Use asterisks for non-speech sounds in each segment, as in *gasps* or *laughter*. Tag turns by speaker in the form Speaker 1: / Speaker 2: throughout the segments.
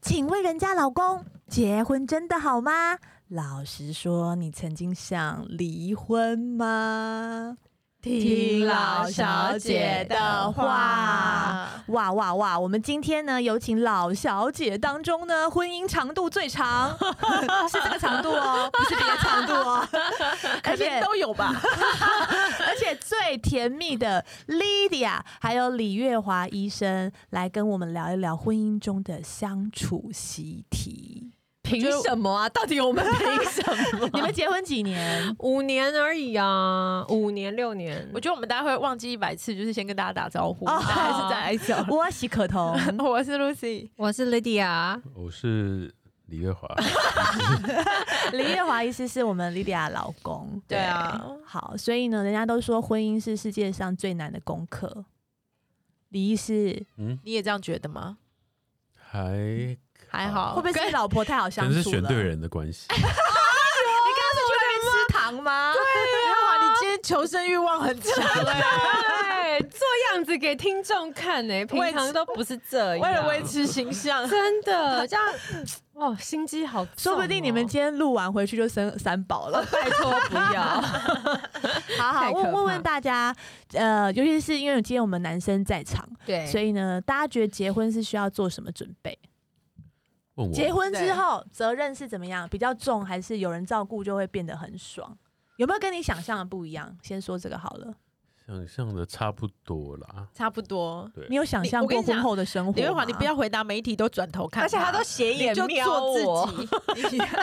Speaker 1: 请问人家老公，结婚真的好吗？老实说，你曾经想离婚吗？
Speaker 2: 听老小姐的话。
Speaker 1: 哇哇哇！我们今天呢，有请老小姐当中呢，婚姻长度最长，是这个长度哦，不是别的长度哦，
Speaker 3: 哎
Speaker 1: 而且
Speaker 2: 都有吧？
Speaker 1: 而且最甜蜜的 Lydia 还有李月华医生来跟我们聊一聊婚姻中的相处习题。
Speaker 2: 凭什
Speaker 3: *laughs*
Speaker 2: 么啊？到底我们凭 *laughs* 什么？
Speaker 1: 你们结婚几年？
Speaker 2: 五年而已啊，五年六年，
Speaker 3: 我觉得我们大家会忘记一百次，就是先跟大家打招
Speaker 1: *laughs*
Speaker 3: 呼，
Speaker 1: 哦
Speaker 3: 大家还是再来一次
Speaker 2: 哦
Speaker 3: 好了。
Speaker 1: 我喜可 *laughs* 彤，
Speaker 3: *laughs* 我是 Lucy，
Speaker 2: 我是 Lydia，
Speaker 4: 我是李
Speaker 3: *laughs*
Speaker 4: 月华，
Speaker 1: 李月华医师是我们 Lydia 的老公。
Speaker 3: 对啊
Speaker 1: 好，所以呢，人家都说婚姻是世界上最难的功课。李医师
Speaker 4: 嗯，
Speaker 3: 你也这样觉得吗？嗯
Speaker 4: 还
Speaker 3: 还好
Speaker 1: 会不会是
Speaker 3: 跟
Speaker 1: 老婆太好
Speaker 4: 可
Speaker 1: 相处
Speaker 4: 能
Speaker 1: 了？
Speaker 4: 是选对人的关
Speaker 3: *laughs*
Speaker 4: 系，
Speaker 1: *laughs* 你刚刚是去外面吃糖吗？
Speaker 3: 哎哇，你今天求生欲望很强
Speaker 2: *laughs* 啊
Speaker 3: 哎、
Speaker 2: 对，做样子给听众看呢、平常都不是这样，
Speaker 3: 为了维持形象。
Speaker 2: 真的这样，哇，心机好重哦、
Speaker 1: 说不定你们今天录完回去就三 *laughs* 三宝了。
Speaker 2: 拜托不要，
Speaker 1: 好好
Speaker 2: 太可
Speaker 1: 问问
Speaker 2: 怕
Speaker 1: 问大家，呃，尤其是因为今天我们男生在场，
Speaker 2: *laughs* 对
Speaker 1: 所以呢，大家觉得结婚是需要做什么准备？
Speaker 4: 问我
Speaker 1: 结婚之
Speaker 3: 对
Speaker 1: 后责任是怎么样？比较重，还是有人照顾就会变得很爽？有没有跟你想象的不一样？先说这个好了。
Speaker 4: 想象的差不多啦。
Speaker 3: 差不多，
Speaker 4: 对
Speaker 1: 你有想象
Speaker 3: 你我跟
Speaker 1: 过
Speaker 3: 你讲
Speaker 1: 婚后的生活吗？
Speaker 3: 李月华，你不要回答媒体都转头看，
Speaker 2: 而且他都斜眼
Speaker 3: 你就
Speaker 2: 瞄
Speaker 3: 做
Speaker 2: 我
Speaker 3: 自己。
Speaker 1: 他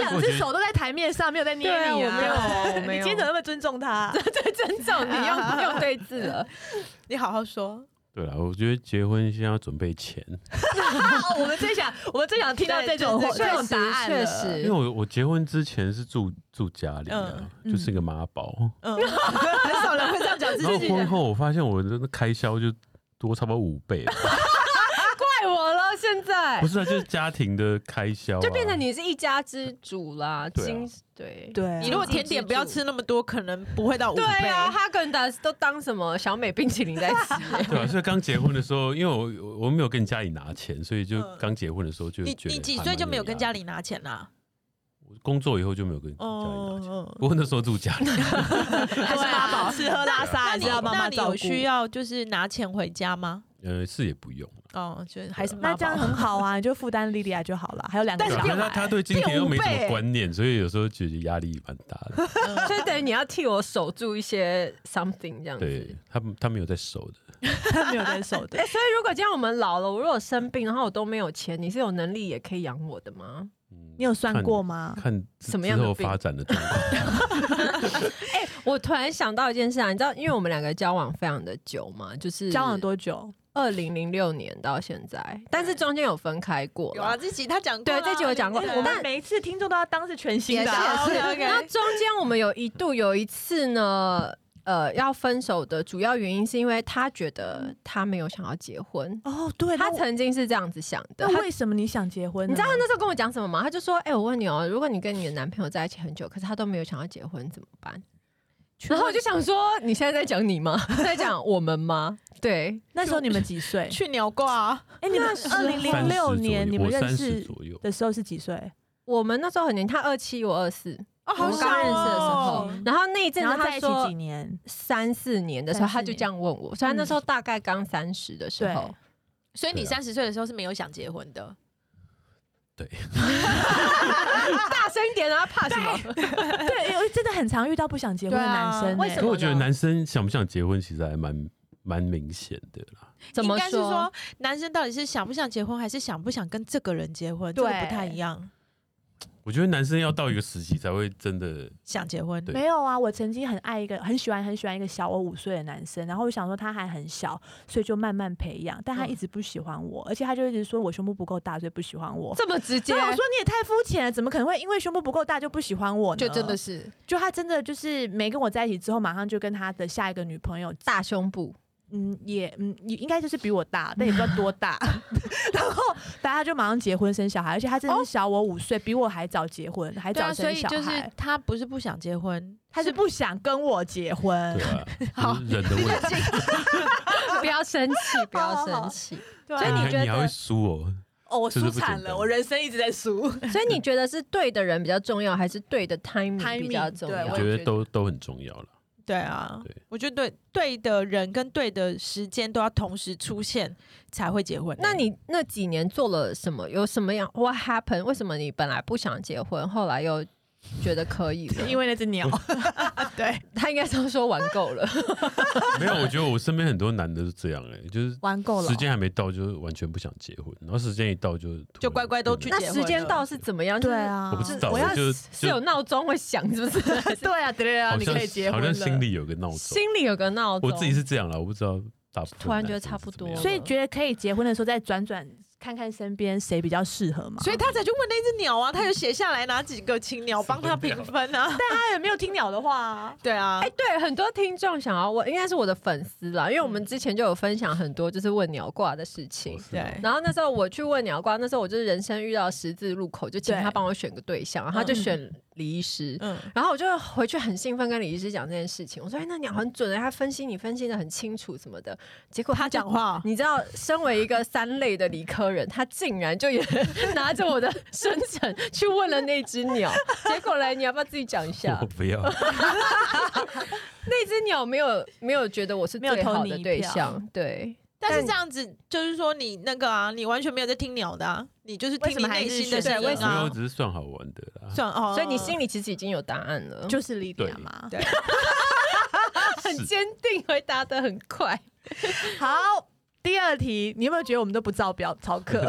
Speaker 1: 两只手都在台面上，没有在捏
Speaker 2: 对啊
Speaker 1: 你
Speaker 2: 啊我没有
Speaker 1: 啊！
Speaker 2: 我没
Speaker 1: 你今
Speaker 2: 有
Speaker 1: 天怎么那么尊重他？
Speaker 2: 对尊重你用用对字了，
Speaker 3: 你好好说，
Speaker 4: 对啦，我觉得结婚先要准备钱，
Speaker 1: *laughs* 好我们最想，我们最想听到这种
Speaker 3: 对对对
Speaker 1: 这种答案了
Speaker 2: 确实
Speaker 4: 因为我我结婚之前是住住家里的，
Speaker 1: 嗯
Speaker 4: 就是个妈宝。
Speaker 2: *laughs*
Speaker 3: 嗯，
Speaker 2: 啊
Speaker 3: 很少人会这样讲自
Speaker 4: 然后
Speaker 3: 己
Speaker 4: 婚
Speaker 3: 的。
Speaker 4: 后我发现我真的开销就多差不多五
Speaker 3: *laughs*
Speaker 4: 倍了，
Speaker 2: 怪我了，现在
Speaker 4: 不是啊，就是家庭的开销啊、
Speaker 2: 就变成你是一家之主啦，
Speaker 4: 对啊
Speaker 2: 经对
Speaker 1: 对，
Speaker 3: 你如果甜点不要吃那么多，可能不会到五倍。
Speaker 2: 对啊，哈根达斯都当什么小美冰淇淋在吃、
Speaker 4: 对啊，所以刚结婚的时候，因为我我我没有跟家里拿钱，所以就
Speaker 3: 嗯
Speaker 4: 刚结婚的时候就
Speaker 3: 你
Speaker 4: 觉得
Speaker 3: 你几
Speaker 4: 还蛮
Speaker 3: 岁就没有
Speaker 4: 压
Speaker 3: 跟
Speaker 4: 力
Speaker 3: 家里拿钱啦？
Speaker 4: 我工作以后就没有跟家里拿钱，
Speaker 3: 哦，
Speaker 4: 不过那时候住家里。
Speaker 1: 还是
Speaker 3: 对啊
Speaker 1: 妈宝吃喝拉撒，
Speaker 3: 那
Speaker 1: 还
Speaker 3: 你
Speaker 1: 是要妈
Speaker 3: 那
Speaker 1: 妈
Speaker 3: 你
Speaker 1: 照
Speaker 3: 有
Speaker 1: 顾。
Speaker 3: 需要就是拿钱回家吗？
Speaker 4: 呃，是也不用，
Speaker 3: 哦，就是还是
Speaker 1: 那
Speaker 3: 妈
Speaker 1: 这样
Speaker 3: 宝。
Speaker 1: 很好啊，你就负担莉莉亚就好了，还有两个
Speaker 3: 但是
Speaker 1: 小
Speaker 3: 变
Speaker 1: 孩
Speaker 3: 变。
Speaker 4: 他他对金钱又没什么观念，所以有时候觉得压力蛮大的。
Speaker 2: 所以等于你要替我守住一些 something 这样子。
Speaker 4: 对他们他们有在守的，
Speaker 1: 他 *laughs* 没有在手的
Speaker 2: 哎、。所以如果今天我们老了，我如果生病，然后我都没有钱，你是有能力也可以养我的吗？
Speaker 4: 嗯
Speaker 1: 你有算过吗？
Speaker 4: 看看
Speaker 2: 什么样
Speaker 4: 之
Speaker 2: 的
Speaker 4: 后
Speaker 2: 病
Speaker 4: 发展的状况？
Speaker 2: 我突然想到一件事啊，你知道，因为我们两个交往非常的久嘛，就是
Speaker 1: 交往多久？
Speaker 2: 二零零六年到现在，但是中间有分开过
Speaker 3: 有啊，
Speaker 2: 啦。
Speaker 3: 这集他讲过
Speaker 2: 对
Speaker 3: 啦，哎
Speaker 2: 这集我讲过
Speaker 3: 对
Speaker 2: 我们
Speaker 1: 呃每一次听众都要当是全
Speaker 3: 嗯也是也是
Speaker 2: 那中间我们有一度有一次呢，呃，要分手的主要原因是因为他觉得他没有想要结婚，
Speaker 1: 哦，对，
Speaker 2: 他
Speaker 1: 他
Speaker 2: 曾经是这样子想的。
Speaker 1: 那
Speaker 2: 他
Speaker 1: 为什么你想结婚呢？
Speaker 2: 你知道他那时候跟我讲什么吗？他就说：“哎、我问你哦，如果你跟你的男朋友在一起很久，可是他都没有想要结婚，怎么办？” *laughs* 然后我就想说：“你现在在讲你吗？在讲我们吗？”对，
Speaker 1: 那时候你们几岁？
Speaker 3: 去鸟挂啊，
Speaker 1: 哎，你们
Speaker 2: 那时候
Speaker 1: 二零零
Speaker 4: 三十
Speaker 1: 六
Speaker 4: 左
Speaker 1: 年
Speaker 4: 右
Speaker 1: 你们
Speaker 4: 我
Speaker 1: 认
Speaker 4: 三十
Speaker 1: 识
Speaker 4: 左右，
Speaker 1: 的时候是几岁？
Speaker 2: 我们那时候很年轻，他二七，我二四，
Speaker 3: 哦，
Speaker 2: 我
Speaker 3: 好
Speaker 2: 们
Speaker 3: 小
Speaker 2: 刚认识的时候
Speaker 3: 哦。
Speaker 1: 嗯
Speaker 2: 然后那一阵
Speaker 1: 然
Speaker 2: 子
Speaker 1: 后在
Speaker 2: 他
Speaker 1: 一起
Speaker 2: 说
Speaker 1: 几年？
Speaker 2: 三四年的时候，
Speaker 1: 三四
Speaker 2: 他就这样问我，所以他那时候大概刚三十的时候
Speaker 1: 对，
Speaker 3: 所以
Speaker 4: 对
Speaker 3: 你
Speaker 4: 啊
Speaker 3: 三十岁的时候是没有想结婚的，
Speaker 2: 大声一点啊，怕什么？
Speaker 1: *laughs*
Speaker 2: *laughs*
Speaker 1: 对，因为真的很常遇到不想结婚的男生欸。
Speaker 3: 对啊为什
Speaker 4: 可
Speaker 3: 么
Speaker 4: 我觉得男生想不想结婚其实还蛮蛮明显的啦。
Speaker 2: 怎么
Speaker 3: 应该是说男生到底是想不想结婚，还是想不想跟这个人结婚，这个
Speaker 1: 对
Speaker 3: 不太一样。
Speaker 4: 我觉得男生要到一个时期才会真的，
Speaker 3: 想结婚，
Speaker 4: 对
Speaker 1: 没有啊，我曾经很爱一个，很喜欢很喜欢一个小我五岁的男生，然后我想说他还很小，所以就慢慢培养，但他
Speaker 3: 嗯
Speaker 1: 一直不喜欢我，而且他就一直说我胸部不够大，所以不喜欢我。
Speaker 2: 这么直接
Speaker 1: 然？啊后我说你也太肤浅了，怎么可能会因为胸部不够大就不喜欢我呢？
Speaker 3: 就真的，是
Speaker 1: 就他真的就是没跟我在一起之后，马上就跟他的下一个女朋友，
Speaker 2: 大胸部，
Speaker 1: 嗯，也嗯，也应该就是比我 *laughs* 大，但也不知道多大。然后大家就马上结婚生小孩，而且他真的是小我五岁，比我还早结婚，还
Speaker 3: 对
Speaker 1: 早
Speaker 3: 啊，所
Speaker 1: 生
Speaker 3: 以
Speaker 1: 小
Speaker 3: 就是
Speaker 1: 孩。
Speaker 3: 他不是不想结婚，
Speaker 1: 他是不想跟我结婚
Speaker 4: 对，啊，
Speaker 3: 好
Speaker 4: 就是人的问题。
Speaker 2: *laughs* 不要生气，不
Speaker 1: 好
Speaker 2: 要
Speaker 1: 好
Speaker 2: 生气。
Speaker 1: 对啊
Speaker 2: 所以
Speaker 4: 你
Speaker 2: 你
Speaker 4: 还
Speaker 2: 觉
Speaker 4: 你还
Speaker 2: 得
Speaker 4: 会输哦？
Speaker 1: 哦，我
Speaker 4: 这
Speaker 1: 输
Speaker 4: 是不
Speaker 1: 惨
Speaker 4: 简
Speaker 1: 了，
Speaker 4: 单
Speaker 1: 我人生一直在
Speaker 4: *laughs*
Speaker 1: 输。
Speaker 2: 所以你觉得是对的人比较重要，还是对的 timing
Speaker 3: Timing，
Speaker 2: 比较重
Speaker 3: 对
Speaker 2: 要
Speaker 4: 我
Speaker 3: 我？
Speaker 4: 觉
Speaker 3: 也觉
Speaker 4: 得
Speaker 3: 得
Speaker 4: 都都很重要了。
Speaker 3: 对啊，
Speaker 4: 对
Speaker 3: 我觉得对对的人跟对的时间都要同时出现才会结婚。
Speaker 2: 那你那几年做了什么？有什么样？What happened？为什么你本来不想结婚，后来又觉得可以
Speaker 1: *laughs*
Speaker 2: 了？
Speaker 1: 因为那只鸟，对，
Speaker 2: 他应该是说玩够了，
Speaker 4: 没有，我觉得我身边很多男的是这样哎、就是
Speaker 1: 玩够了
Speaker 4: 时。间还没到，就是完全不想结婚，然后时间一到就突然
Speaker 3: 就乖乖都去
Speaker 2: *laughs* 那
Speaker 3: 结婚
Speaker 2: 时间
Speaker 3: 了
Speaker 2: 到是怎么样？
Speaker 1: 对，啊，
Speaker 4: 我不知道，
Speaker 2: 我要
Speaker 4: 就是
Speaker 2: 有
Speaker 4: 就
Speaker 2: 闹钟会响，是不是？ *laughs* 还是
Speaker 1: 对啊，对啊，
Speaker 4: 好
Speaker 1: 你
Speaker 4: 像
Speaker 1: 可以结婚
Speaker 4: 好
Speaker 1: 了。
Speaker 4: 像心里有个闹钟，
Speaker 2: 心里有个闹钟。
Speaker 4: 我自己是这样了，我不知道大部分
Speaker 2: 突然
Speaker 4: 男
Speaker 2: 觉得
Speaker 4: 生
Speaker 2: 差
Speaker 4: 是
Speaker 2: 不
Speaker 4: 怎么
Speaker 2: 多
Speaker 4: 样
Speaker 1: 所以觉得可以结婚的时候再转转看看身边谁比较适合嘛。
Speaker 3: *laughs* 所以他才去问那只鸟啊，他有写下来哪几个青鸟帮他评分啊？
Speaker 1: 但他也没有听鸟的话、啊，
Speaker 3: 对啊
Speaker 2: 哎、，对，很多听众想要问，应该是我的粉丝啦，因为我们之前就有分享很多就是问鸟卦的事情
Speaker 4: 哦。是吗
Speaker 3: 对
Speaker 2: 然后那时候我去问鸟卦，那时候我就是人生遇到十字路口，就请
Speaker 1: 对嗯
Speaker 2: 他帮我选个对象，然后他就选李医师。
Speaker 3: 嗯，
Speaker 2: 然后我就回去很兴奋跟李医师讲这件事情，我说：“哎，那鸟很准的，他分析你分析的很清楚什么的。”结果
Speaker 3: 他
Speaker 2: 就
Speaker 3: 讲，话哦
Speaker 2: 你知道，身为一个三类的理科人，他竟然就也 *laughs* 拿着我的生辰去问了那只鸟。结果来，你要不要自己讲一
Speaker 4: *laughs*
Speaker 2: 下
Speaker 4: 我？不要，
Speaker 2: 那只鸟没有没有觉得我是
Speaker 1: 没有
Speaker 2: 最
Speaker 1: 投
Speaker 2: 好
Speaker 1: 你
Speaker 2: 的
Speaker 1: 一
Speaker 2: 对
Speaker 1: 票
Speaker 2: 象，对。
Speaker 3: 但是
Speaker 2: 但
Speaker 3: 这样子就是说你那个啊，你完全没有在听鸟的啊，你就是
Speaker 1: 为什
Speaker 3: 听你
Speaker 1: 么还
Speaker 3: 内
Speaker 1: 是
Speaker 3: 心的
Speaker 1: 选
Speaker 3: 声
Speaker 1: 对
Speaker 4: 因
Speaker 1: 为
Speaker 3: 音
Speaker 1: 什
Speaker 4: 为我
Speaker 3: 啊。
Speaker 4: 只是算好玩的啦。 *laughs*
Speaker 3: 算哦，
Speaker 2: 所以你心里其实已经有答案了，
Speaker 1: 就是 l y d
Speaker 4: 对
Speaker 1: 嘛。
Speaker 3: 对
Speaker 2: *laughs* 很坚定，回答的很快。
Speaker 1: 好，第二题，你有没有觉得我们都不照表操课？
Speaker 4: 害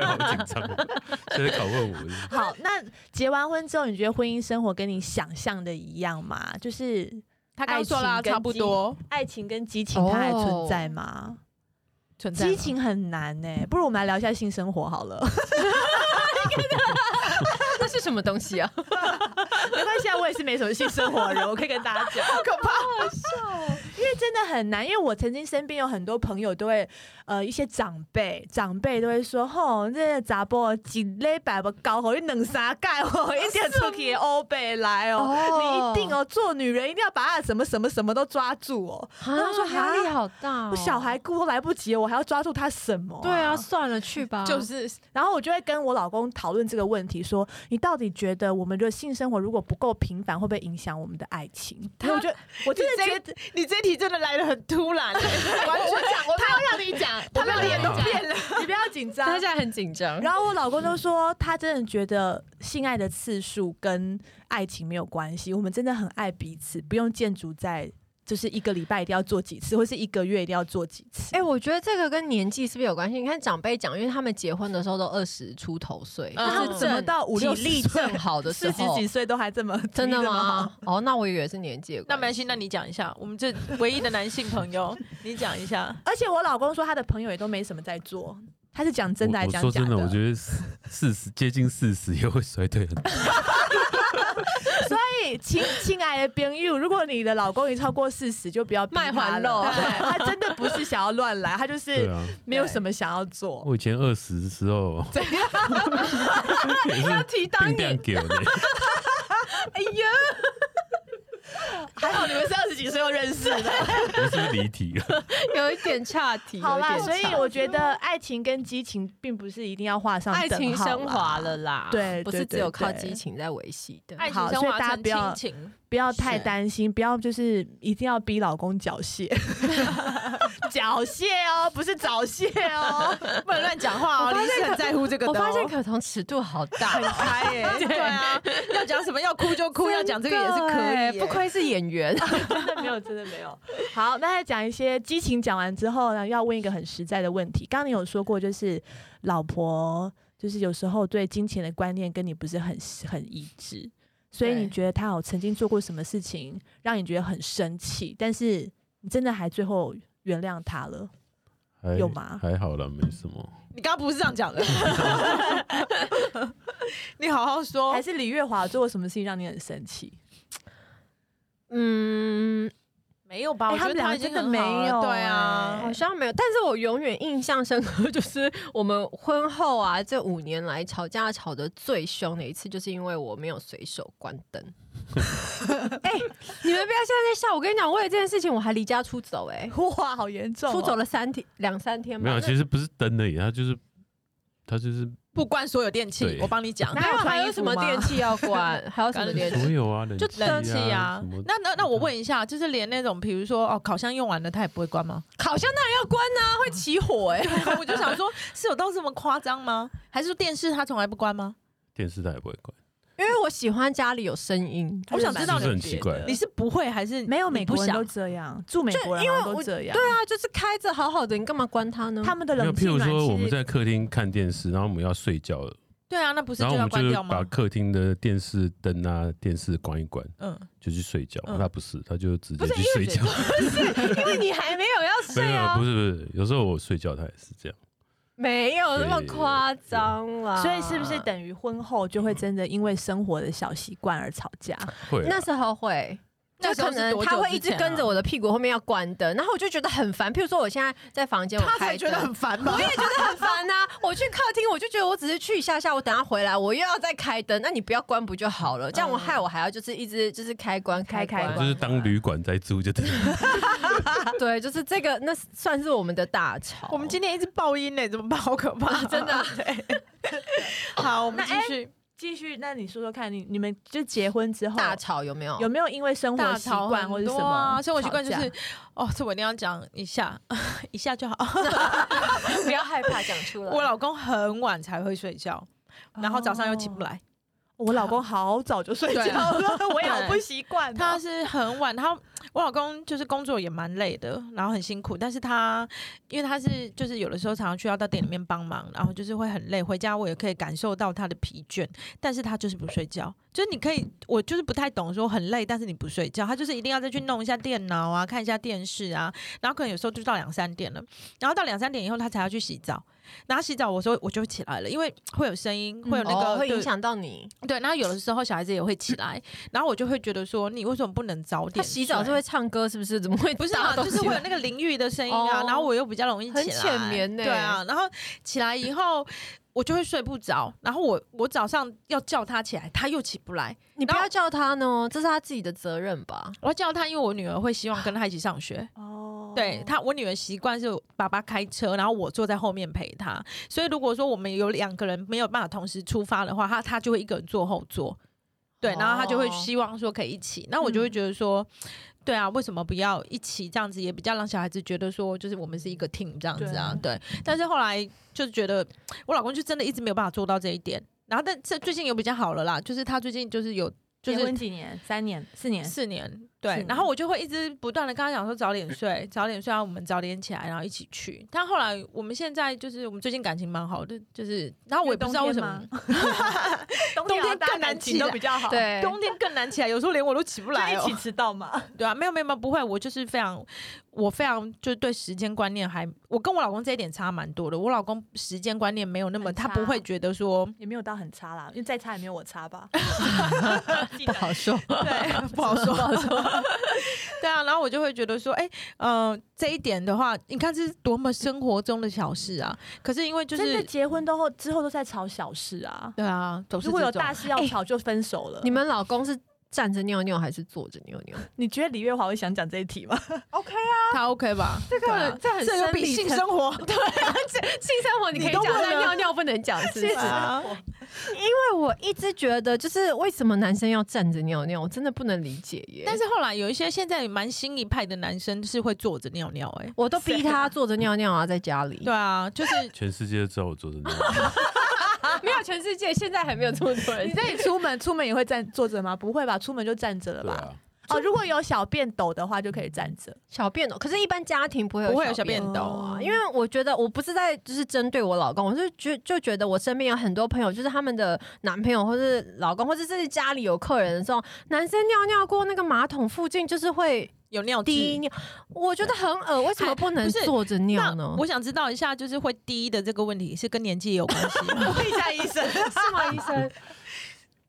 Speaker 4: 我好紧张哦，现在拷问我是不是。
Speaker 1: 好，那结完婚之后，你觉得婚姻生活跟你想象的一样吗？就是
Speaker 3: 他刚刚说
Speaker 1: 爱
Speaker 3: 啦，
Speaker 1: 情跟
Speaker 3: 差不多
Speaker 1: 爱情跟激情，它还存在吗？
Speaker 3: 存在吗
Speaker 1: 激情很难呢、不如我们来聊一下性生活好了。
Speaker 2: 那是什么东 *laughs* 西啊？
Speaker 1: *laughs* 没关系啊，我也是没什么性生活的人，我可以跟大家讲，好可怕，好笑。哦因为真的很难，因为我曾经身边有很多朋友都会，呃，一些长辈长辈都会说，吼，这杂波几礼拜不高吼，你两三盖哦，一点出去的欧北来哦，
Speaker 2: 哦
Speaker 1: 你一定哦，做女人一定要把她的什么什么什么都抓住哦。然后说
Speaker 2: 压力好大、
Speaker 3: 哦
Speaker 1: 我小孩顾都来不及了，我还要抓住她什么、
Speaker 2: 对啊，算了去吧，
Speaker 3: 就是
Speaker 1: 然后我就会跟我老公讨论这个问题，说你到底觉得我们的性生活如果不够频繁，会不会影响我们的爱情？
Speaker 3: 他
Speaker 1: 我觉得我真的
Speaker 3: 你这
Speaker 1: 觉得
Speaker 3: 你这题真的来的很突然，完
Speaker 1: 我
Speaker 3: 全
Speaker 1: 讲，我他要让你讲，他
Speaker 4: 的脸都
Speaker 1: 变了，你不要紧张
Speaker 2: 他。现在很紧张。
Speaker 1: *laughs* 然后我老公就说，他真的觉得性爱的次数跟爱情没有关系，我们真的很爱彼此，不用建筑在就是一个礼拜一定要做几次，或是一个月一定要做几次。
Speaker 2: 哎、我觉得这个跟年纪是不是有关系？你看长辈讲，因为他们结婚的时候都二十出头岁，
Speaker 3: 嗯
Speaker 2: 就是
Speaker 1: 怎么
Speaker 2: 正
Speaker 1: 到五
Speaker 2: 体
Speaker 1: 六十
Speaker 2: 力
Speaker 1: 岁
Speaker 2: 正好的时
Speaker 1: 四十
Speaker 2: 候
Speaker 1: 几，岁都还这
Speaker 2: *laughs*
Speaker 1: 么
Speaker 2: 真的
Speaker 1: 体力这么好
Speaker 2: 吗？哦，那我以为是年纪的
Speaker 3: 那
Speaker 2: 关
Speaker 3: 没关
Speaker 2: 系
Speaker 3: 系，那你讲一下，我们这唯一的男性朋 *laughs* 友，你讲一下。
Speaker 1: 而且我老公说他的朋友也都没什么在做，他是讲真的还
Speaker 4: 我
Speaker 1: 是讲
Speaker 4: 我说
Speaker 1: 假
Speaker 4: 真的，我觉得四四十接近四十也会衰退很多。
Speaker 1: 所以亲亲爱的朋友，如果你的老公已超过四十，就不要逼他了
Speaker 2: 卖环肉
Speaker 1: 对他真的不是想要乱来，他就
Speaker 4: 对
Speaker 1: 是
Speaker 4: 啊，
Speaker 1: 没有什么想要做。
Speaker 4: 我以前二十的时候，怎样？ *laughs* 也是
Speaker 2: 提到
Speaker 4: 定
Speaker 2: 你，
Speaker 4: 定给我的， *laughs*
Speaker 2: 哎呀，
Speaker 1: 还好你们是二十几岁就认 *laughs* 识的。
Speaker 4: 我是不是离题了？
Speaker 2: 有一点差题。
Speaker 1: 好啦，
Speaker 2: 有一
Speaker 1: 所
Speaker 2: 点
Speaker 1: 以
Speaker 2: 岔
Speaker 1: 我觉 *laughs* 得爱情跟激情并不是一定要画上
Speaker 2: 爱
Speaker 1: 等
Speaker 2: 情
Speaker 1: 号啦
Speaker 2: 升华了，啦，
Speaker 1: 对
Speaker 2: 不
Speaker 1: 对
Speaker 2: 是只
Speaker 1: 对
Speaker 2: 有靠
Speaker 1: 对
Speaker 2: 激情在维系的。
Speaker 3: 爱情
Speaker 1: 好
Speaker 3: 升
Speaker 1: 所以
Speaker 3: 华
Speaker 1: 大家
Speaker 3: 成
Speaker 1: 不要
Speaker 3: 亲情，
Speaker 1: 不要太
Speaker 2: 是
Speaker 1: 担心，不要就是一定要逼老公缴械， *laughs* 缴械哦，不是早泄哦。
Speaker 3: *laughs* 不能乱讲话
Speaker 2: 我
Speaker 3: 哦。
Speaker 2: 发
Speaker 3: 你
Speaker 2: 现
Speaker 3: 是很
Speaker 2: 可
Speaker 3: 在乎这个
Speaker 2: 我
Speaker 3: 的哦，
Speaker 2: 发现可彤尺度好大，
Speaker 3: 很
Speaker 2: 哦
Speaker 3: 开耶，对啊，要讲什么要哭就 *laughs* 哭，要讲这个也是
Speaker 2: 真的
Speaker 3: 可
Speaker 2: 欸
Speaker 3: 以耶，
Speaker 2: 不愧是演
Speaker 3: *laughs*
Speaker 2: 员。 *laughs*
Speaker 1: 真 *laughs* 的没有，真的没有。好，那再讲一些激情，讲完之后呢，要问一个很实在的问题。刚刚你有说过，就是老婆就是有时候对金钱的观念跟你不是很很一致，所以
Speaker 2: 对
Speaker 1: 你觉得她有曾经做过什么事情让你觉得很生气，但是你真的还最后原谅她了？
Speaker 4: 还
Speaker 1: 有吗
Speaker 4: 还好啦，没什么。
Speaker 3: 你刚刚不是这样讲 *laughs* 的，你好好说
Speaker 1: 还。是李月华做过什么事情让你很生气？
Speaker 2: 嗯，
Speaker 3: 没有吧？
Speaker 1: 哎
Speaker 3: 我觉
Speaker 1: 他们
Speaker 3: 得
Speaker 1: 两个
Speaker 3: 已经
Speaker 1: 真的
Speaker 3: 很好
Speaker 1: 没
Speaker 3: 了
Speaker 1: 有
Speaker 3: 对啊
Speaker 1: 哎
Speaker 2: 好，像没有，但是我永远印象深刻， *laughs* 就是我们婚后啊，这五年来吵架吵得最凶的一次，就是因为我没有随手关灯。哎、你们不要现在在笑，我跟你讲，为了这件事情我还离家出走、哎，
Speaker 1: 哇，好严重、
Speaker 2: 出走。了三天，两三天吧。
Speaker 4: 没有，
Speaker 2: 那
Speaker 4: 其实不是灯而已，他就是他就是
Speaker 3: 不关所有电器
Speaker 4: 对，
Speaker 3: 我帮你讲。
Speaker 1: 哪有
Speaker 2: 还
Speaker 1: 穿衣
Speaker 2: 有什
Speaker 1: 服
Speaker 2: 么
Speaker 1: 吗 *laughs*
Speaker 3: *laughs*
Speaker 2: 电器要关？还有什么电
Speaker 4: 所
Speaker 2: 器？
Speaker 4: 有啊，冷
Speaker 3: 就冷气
Speaker 4: 啊，
Speaker 3: 啊
Speaker 4: 什么，
Speaker 3: 那那那我问一下，就是连那种比如说哦，烤箱用完了，它也不会关吗？
Speaker 2: 烤箱当然要关啊，会起火哎。
Speaker 3: *laughs* 我就想说，是有到这么夸张吗？还是说电视它从来不关吗？
Speaker 4: 电视台也不会关。
Speaker 2: 因为我喜欢家里有声音，
Speaker 3: 我想知道
Speaker 4: 是不是很
Speaker 3: 你
Speaker 4: 奇怪啊
Speaker 3: 觉得你是不会还是
Speaker 1: 没有
Speaker 3: 你
Speaker 1: 美
Speaker 3: 不
Speaker 1: 国人
Speaker 3: 想
Speaker 1: 都这样，住美国人好像都这样。
Speaker 2: 对啊，就是开着好好的，你干嘛关它呢？
Speaker 1: 他们的
Speaker 4: 那
Speaker 1: 冷
Speaker 4: 譬
Speaker 1: 气
Speaker 4: 如
Speaker 1: 暖
Speaker 4: 说我
Speaker 1: 气
Speaker 4: 们在客厅看电视，然后我们要睡觉了，
Speaker 3: 对啊，那不是
Speaker 4: 然
Speaker 3: 就
Speaker 4: 后我
Speaker 3: 要
Speaker 4: 们
Speaker 3: 关
Speaker 4: 就
Speaker 3: 掉
Speaker 4: 把
Speaker 3: 吗？
Speaker 4: 客厅的电视灯啊、电视关一关，
Speaker 3: 嗯，
Speaker 4: 就去睡觉。
Speaker 3: 嗯
Speaker 4: 他不是，他就直
Speaker 2: 不
Speaker 4: 接
Speaker 2: 是
Speaker 4: 去睡觉。
Speaker 2: 因为你还没有要
Speaker 4: 没有
Speaker 2: 睡
Speaker 4: *laughs* 没有，
Speaker 2: 啊
Speaker 4: 不，是不是，有时候我睡觉他也是这样。
Speaker 2: 没有那么夸张
Speaker 3: 啊
Speaker 2: 啦。
Speaker 1: 所以是不是等于婚后就会真的因为生活的小习惯而吵架？
Speaker 4: 会啊
Speaker 2: 那时候会？就
Speaker 3: 那时
Speaker 2: 可
Speaker 3: 候是
Speaker 2: 能
Speaker 3: 多久
Speaker 2: 他会
Speaker 3: 之
Speaker 2: 一直
Speaker 3: 前啊
Speaker 2: 跟着我的屁股后面要关灯，然后我就觉得很烦。譬如说，我现在在房间，我
Speaker 3: 他才
Speaker 2: 开
Speaker 3: 觉得
Speaker 2: 灯
Speaker 3: 很烦吧？
Speaker 2: 我也觉得很烦呐、我去客厅，我就觉得我只是去一下下，我等下回来，我又要再开灯，那你不要关不就好了？这样我害我还要就是一直就是开关
Speaker 1: 开
Speaker 2: 开
Speaker 1: 开
Speaker 4: 就
Speaker 2: 关，
Speaker 4: 是当旅馆在住，就对了。
Speaker 2: 对，就是这个，那算是我们的大吵。
Speaker 3: 我们今天一直爆音呢，怎么办？好可 *laughs* 怕，
Speaker 2: 真的啊
Speaker 3: 对。哎好，我们
Speaker 1: 那
Speaker 3: 继续。
Speaker 1: 继续，那你说说看，你你们就结婚之后
Speaker 2: 大吵有没有？
Speaker 1: 有没有因为生活习惯或者什
Speaker 3: 很多
Speaker 1: 么
Speaker 3: 啊？生活习惯就
Speaker 1: 吵
Speaker 3: 是
Speaker 1: 架，
Speaker 3: 哦，这我一定要讲一下， *laughs* 一下就好。
Speaker 2: 不要害怕讲出
Speaker 3: 我老公很晚才会睡觉，然后早上又起不来。
Speaker 1: 哦我老公好早就睡觉
Speaker 3: 对啊
Speaker 1: 了， *laughs* 我也好不习惯哦。
Speaker 3: 他是很晚，他我老公就是工作也蛮累的，然后很辛苦，但是他因为他是就是有的时候常常需要到店里面帮忙，然后就是会很累，回家我也可以感受到他的疲倦，但是他就是不睡觉，就是你可以，我就是不太懂说很累，但是你不睡觉，他就是一定要再去弄一下电脑啊，看一下电视啊，然后可能有时候就到两三点了，然后到两三点以后他才要去洗澡。然后洗澡，我说我就起来了，因为会有声音，会有那个、
Speaker 2: 哦、会
Speaker 3: 对
Speaker 2: 影响到你。
Speaker 3: 对，然后有的时候小孩子也会起来，然后我就会觉得说，你为什么不能早点睡？
Speaker 2: 他洗澡是会唱歌，是不是？怎么会
Speaker 3: 不是
Speaker 2: 大
Speaker 3: 啊，
Speaker 2: 家都
Speaker 3: 就
Speaker 2: 起来？
Speaker 3: 是会有那个淋浴的声音啊，
Speaker 2: 哦
Speaker 3: 然后我又比较容易起来，
Speaker 2: 很浅眠呢
Speaker 3: 对啊，然后起来以后我就会睡不着，然后我我早上要叫他起来，他又起不来，
Speaker 2: 你不要叫他呢，这是他自己的责任吧？
Speaker 3: 我要叫他，因为我女儿会希望跟他一起上学。
Speaker 1: 哦
Speaker 3: 对他，我女儿习惯是爸爸开车，然后我坐在后面陪她。所以如果说我们有两个人没有办法同时出发的话，她她就会一个人坐后座，对，然后她就会
Speaker 2: 哦
Speaker 3: 希望说可以一起。那我就会
Speaker 1: 嗯
Speaker 3: 觉得说，对啊，为什么不要一起这样子，也比较让小孩子觉得说，就是我们是一个 team 这样子啊，对。但是后来就是觉得我老公就真的一直没有办法做到这一点。然后但这最近有比较好了啦，就是他最近就是有就
Speaker 1: 结
Speaker 3: 是
Speaker 1: 婚几年？三年、四年？
Speaker 3: 四年，
Speaker 1: 四
Speaker 3: 对
Speaker 1: 年。
Speaker 3: 然后我就会一直不断的跟他讲说早点睡，早点睡，啊然后我们早点起来，然后一起去。但后来我们现在就是我们最近感情蛮好的，就是然后我也不知道为什么 *laughs*
Speaker 1: 冬
Speaker 3: 冬天啊
Speaker 1: 大家
Speaker 3: 更难
Speaker 1: 感情
Speaker 3: 起来
Speaker 1: 都比较好，， *laughs*
Speaker 2: 对，
Speaker 3: 冬天更难起来，有时候连我都起不来
Speaker 1: 就一
Speaker 3: 哦
Speaker 1: 起。迟到嘛。
Speaker 3: 对啊，没有没有没有，不会，我就是非常，我非常就是对时间观念还，我跟我老公这一点差蛮多的。我老公时间观念没有那么，
Speaker 1: 很
Speaker 3: 他
Speaker 1: 差
Speaker 3: 不会觉得说
Speaker 1: 也没有到很差啦，因为再差也没有我差
Speaker 3: *laughs*
Speaker 1: 吧。 *laughs* 记
Speaker 2: 不
Speaker 1: 得
Speaker 2: 好说。
Speaker 3: 对， *laughs* 不好说，不好说。对啊，然后我就会觉得说，哎、嗯、这一点的话，你看这是多么生活中的小事啊。可是因为就
Speaker 1: 真的
Speaker 3: 是，
Speaker 1: 结婚都后之后都在吵小事啊。
Speaker 3: 对啊，总是
Speaker 1: 如果有
Speaker 3: 这种
Speaker 1: 大事要吵就分手了。
Speaker 2: 你们老公是站着尿尿还是坐着尿 *laughs* 尿？
Speaker 1: 你觉得李月华会想讲这一题吗？
Speaker 3: 他 OK 吧？这
Speaker 2: 个这很
Speaker 3: 这有
Speaker 2: 生
Speaker 3: 比
Speaker 2: 理
Speaker 3: 性
Speaker 2: 层
Speaker 3: 生活
Speaker 2: 对啊，这性生活你可以
Speaker 3: 你都
Speaker 2: 讲，
Speaker 3: 问
Speaker 2: 但
Speaker 3: 了
Speaker 2: 尿尿不能讲，是不 *laughs* 是
Speaker 3: 对？啊，
Speaker 2: 因为我一直觉得，就是为什么男生要站着尿尿，我真的不能理解耶。
Speaker 3: 但是后来有一些现在蛮新一派的男生是会坐着尿尿、哎，
Speaker 2: 我都逼他坐着尿尿啊，在家里。
Speaker 3: 对啊，就是
Speaker 4: 全世界都知道我做的那，
Speaker 2: 啊没有全世界现在还没有这么多人
Speaker 1: *laughs* 你。这里出门，出门也会站坐着吗？不会吧，出门就站着了
Speaker 4: 对
Speaker 1: 吧？
Speaker 4: 啊，
Speaker 1: 哦，如果有小便斗的话，就可以站着。
Speaker 2: 小便哦斗，可是，一般家庭不会
Speaker 3: 不会
Speaker 2: 有
Speaker 3: 有小便
Speaker 2: 斗
Speaker 3: 斗
Speaker 2: 啊，
Speaker 1: 哦
Speaker 2: 因为我觉得我不是在就是针对我老公，我是觉就觉得我身边有很多朋友，就是他们的男朋友或是老公，或者是家里有客人的时候，男生尿尿过那个马桶附近，就是会
Speaker 3: 有尿
Speaker 2: 滴
Speaker 3: 滴。
Speaker 2: 尿，我觉得很恶，为什么不
Speaker 3: 哦
Speaker 2: 能
Speaker 3: 不是
Speaker 2: 坐着
Speaker 3: 那
Speaker 2: 尿呢？
Speaker 3: 我想知道一下，就是会滴的这个问题是跟年纪有关系吗？
Speaker 1: 问一下医生，
Speaker 2: 是吗，医生？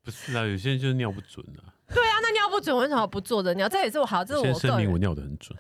Speaker 4: 不是啊，有些人就是尿不准啊。
Speaker 2: *laughs* 对啊，那尿不准为什么不坐着尿？这也是我好，这是
Speaker 4: 先
Speaker 2: 我
Speaker 4: 声
Speaker 2: 个人
Speaker 4: 明，我尿的很准。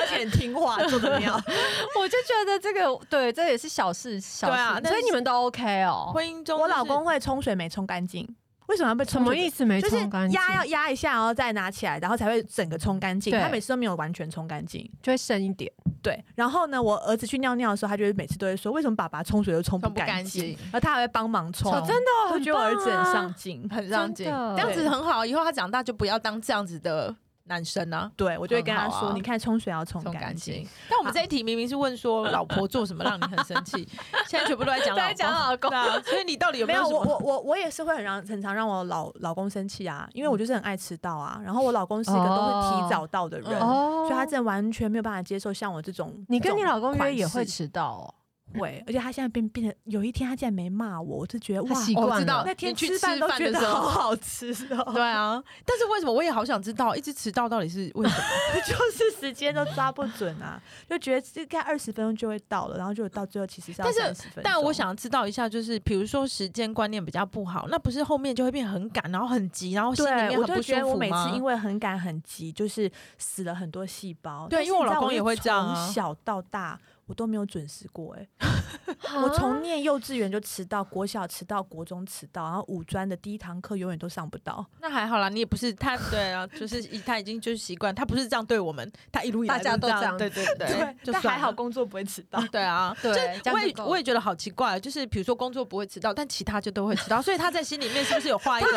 Speaker 1: 而且很听话，坐着尿。
Speaker 2: 我就觉得这个对，这也是小事小事，
Speaker 3: 对啊但
Speaker 2: 所以
Speaker 3: 是
Speaker 2: 你们都 OK 哦。
Speaker 3: *laughs* 婚姻中、
Speaker 1: 我老公会冲水没冲干净，为什么要被
Speaker 2: 什
Speaker 1: 冲？
Speaker 2: 么意思？没
Speaker 1: 就
Speaker 2: 冲干
Speaker 1: 是
Speaker 2: 净，
Speaker 1: 压要压一下，然后再拿起来，然后才会整个冲干净。
Speaker 2: 对
Speaker 1: 他每次都没有完全冲干净。
Speaker 2: 就会深一点。
Speaker 1: 对，然后呢，我儿子去尿尿的时候，他就会每次都会说，为什么爸爸冲水都冲不
Speaker 5: 冲不干
Speaker 1: 净
Speaker 5: 净？
Speaker 1: 然后他还会帮忙冲。
Speaker 5: 哦真
Speaker 1: 的，
Speaker 2: *laughs*
Speaker 1: 我觉得我儿子很
Speaker 2: 棒啊
Speaker 1: 上进。
Speaker 5: 很上进，
Speaker 2: 真的
Speaker 5: 这样子很好。以后他长大就不要当这样子的男生啊，
Speaker 1: 对，我就会跟他
Speaker 5: 很好
Speaker 1: 说，
Speaker 5: 啊
Speaker 1: 你看冲水要冲
Speaker 5: 冲
Speaker 1: 干
Speaker 5: 干
Speaker 1: 净
Speaker 5: 净。。但我们这一题明明是问说老
Speaker 3: 老婆做什么让你很生气？现在全部都在
Speaker 1: *laughs*
Speaker 3: 讲老公，
Speaker 2: 老公
Speaker 3: 对啊，所以你到底有
Speaker 1: 没
Speaker 3: 有
Speaker 1: 有，
Speaker 3: 什
Speaker 1: 我我
Speaker 3: 么？
Speaker 1: 我我也是会很让很常让我老老公生气啊，因为我就是很爱迟到啊。然后我老公是一个都是提早到的人，
Speaker 2: 哦
Speaker 1: 所以他真的完全没有办法接受像我这种。
Speaker 2: 你跟
Speaker 1: 这
Speaker 2: 你
Speaker 1: 种
Speaker 2: 老公约也会
Speaker 1: 款式
Speaker 2: 迟到哦，
Speaker 1: 会，而且他现在变变得有一天他竟然没骂我，我就觉得哇
Speaker 2: 他，习
Speaker 5: 我
Speaker 2: 惯
Speaker 5: 知道
Speaker 2: 了。
Speaker 1: 那天
Speaker 5: 你去
Speaker 1: 吃饭
Speaker 5: 吃
Speaker 1: 都
Speaker 5: 饭
Speaker 1: 觉
Speaker 5: 的
Speaker 1: 得
Speaker 5: 时候
Speaker 1: *laughs* 好好吃哦， *laughs*
Speaker 3: 对啊，但是为什么我也好想知道，一直迟到到底是为什么？
Speaker 1: 就是时间都抓不准啊，就觉得应该二十分钟就会到了，然后就到最后其实是要
Speaker 3: 但是
Speaker 1: 30分钟
Speaker 3: 但我想知道一下，就是比如说时间观念比较不好，那不是后面就会变很赶，然后很急，然后心里
Speaker 1: 对，
Speaker 3: 面
Speaker 1: 我
Speaker 3: 很
Speaker 1: 就
Speaker 3: 不舒
Speaker 1: 觉得我
Speaker 3: 服
Speaker 1: 每次
Speaker 3: 吗
Speaker 1: 因？为很赶很急，就是死了很多细胞。
Speaker 3: 对
Speaker 1: 但是
Speaker 3: 因为我
Speaker 1: 你知道
Speaker 3: 老公
Speaker 1: 是
Speaker 3: 也会这样啊
Speaker 1: 从小到大我都没有准时过、欸，
Speaker 2: 啊
Speaker 1: 我从念幼稚园就迟到，国小迟到，国中迟到，然后五专的第一堂课永远都上不到。
Speaker 3: 那还好啦，你也不是他，对啊，就是 *laughs* 一他已经就是习惯，他不是这样对我们，他一路以来
Speaker 5: 大家都
Speaker 3: 都这
Speaker 5: 这
Speaker 3: 样，
Speaker 5: 样
Speaker 3: 对对
Speaker 1: *laughs*
Speaker 3: 对，就
Speaker 1: 但
Speaker 3: 算
Speaker 1: 还好
Speaker 3: 了。
Speaker 1: 工作不会
Speaker 3: *laughs*
Speaker 1: 迟到。
Speaker 3: 对啊，
Speaker 5: 对
Speaker 3: 就是
Speaker 5: 这样
Speaker 3: 我
Speaker 5: 就
Speaker 3: 也
Speaker 5: 够了
Speaker 3: 我也觉得好奇怪，啊就是比如说工作不会迟到，但其他就都会迟到，所以他在心里面是不是有画一个？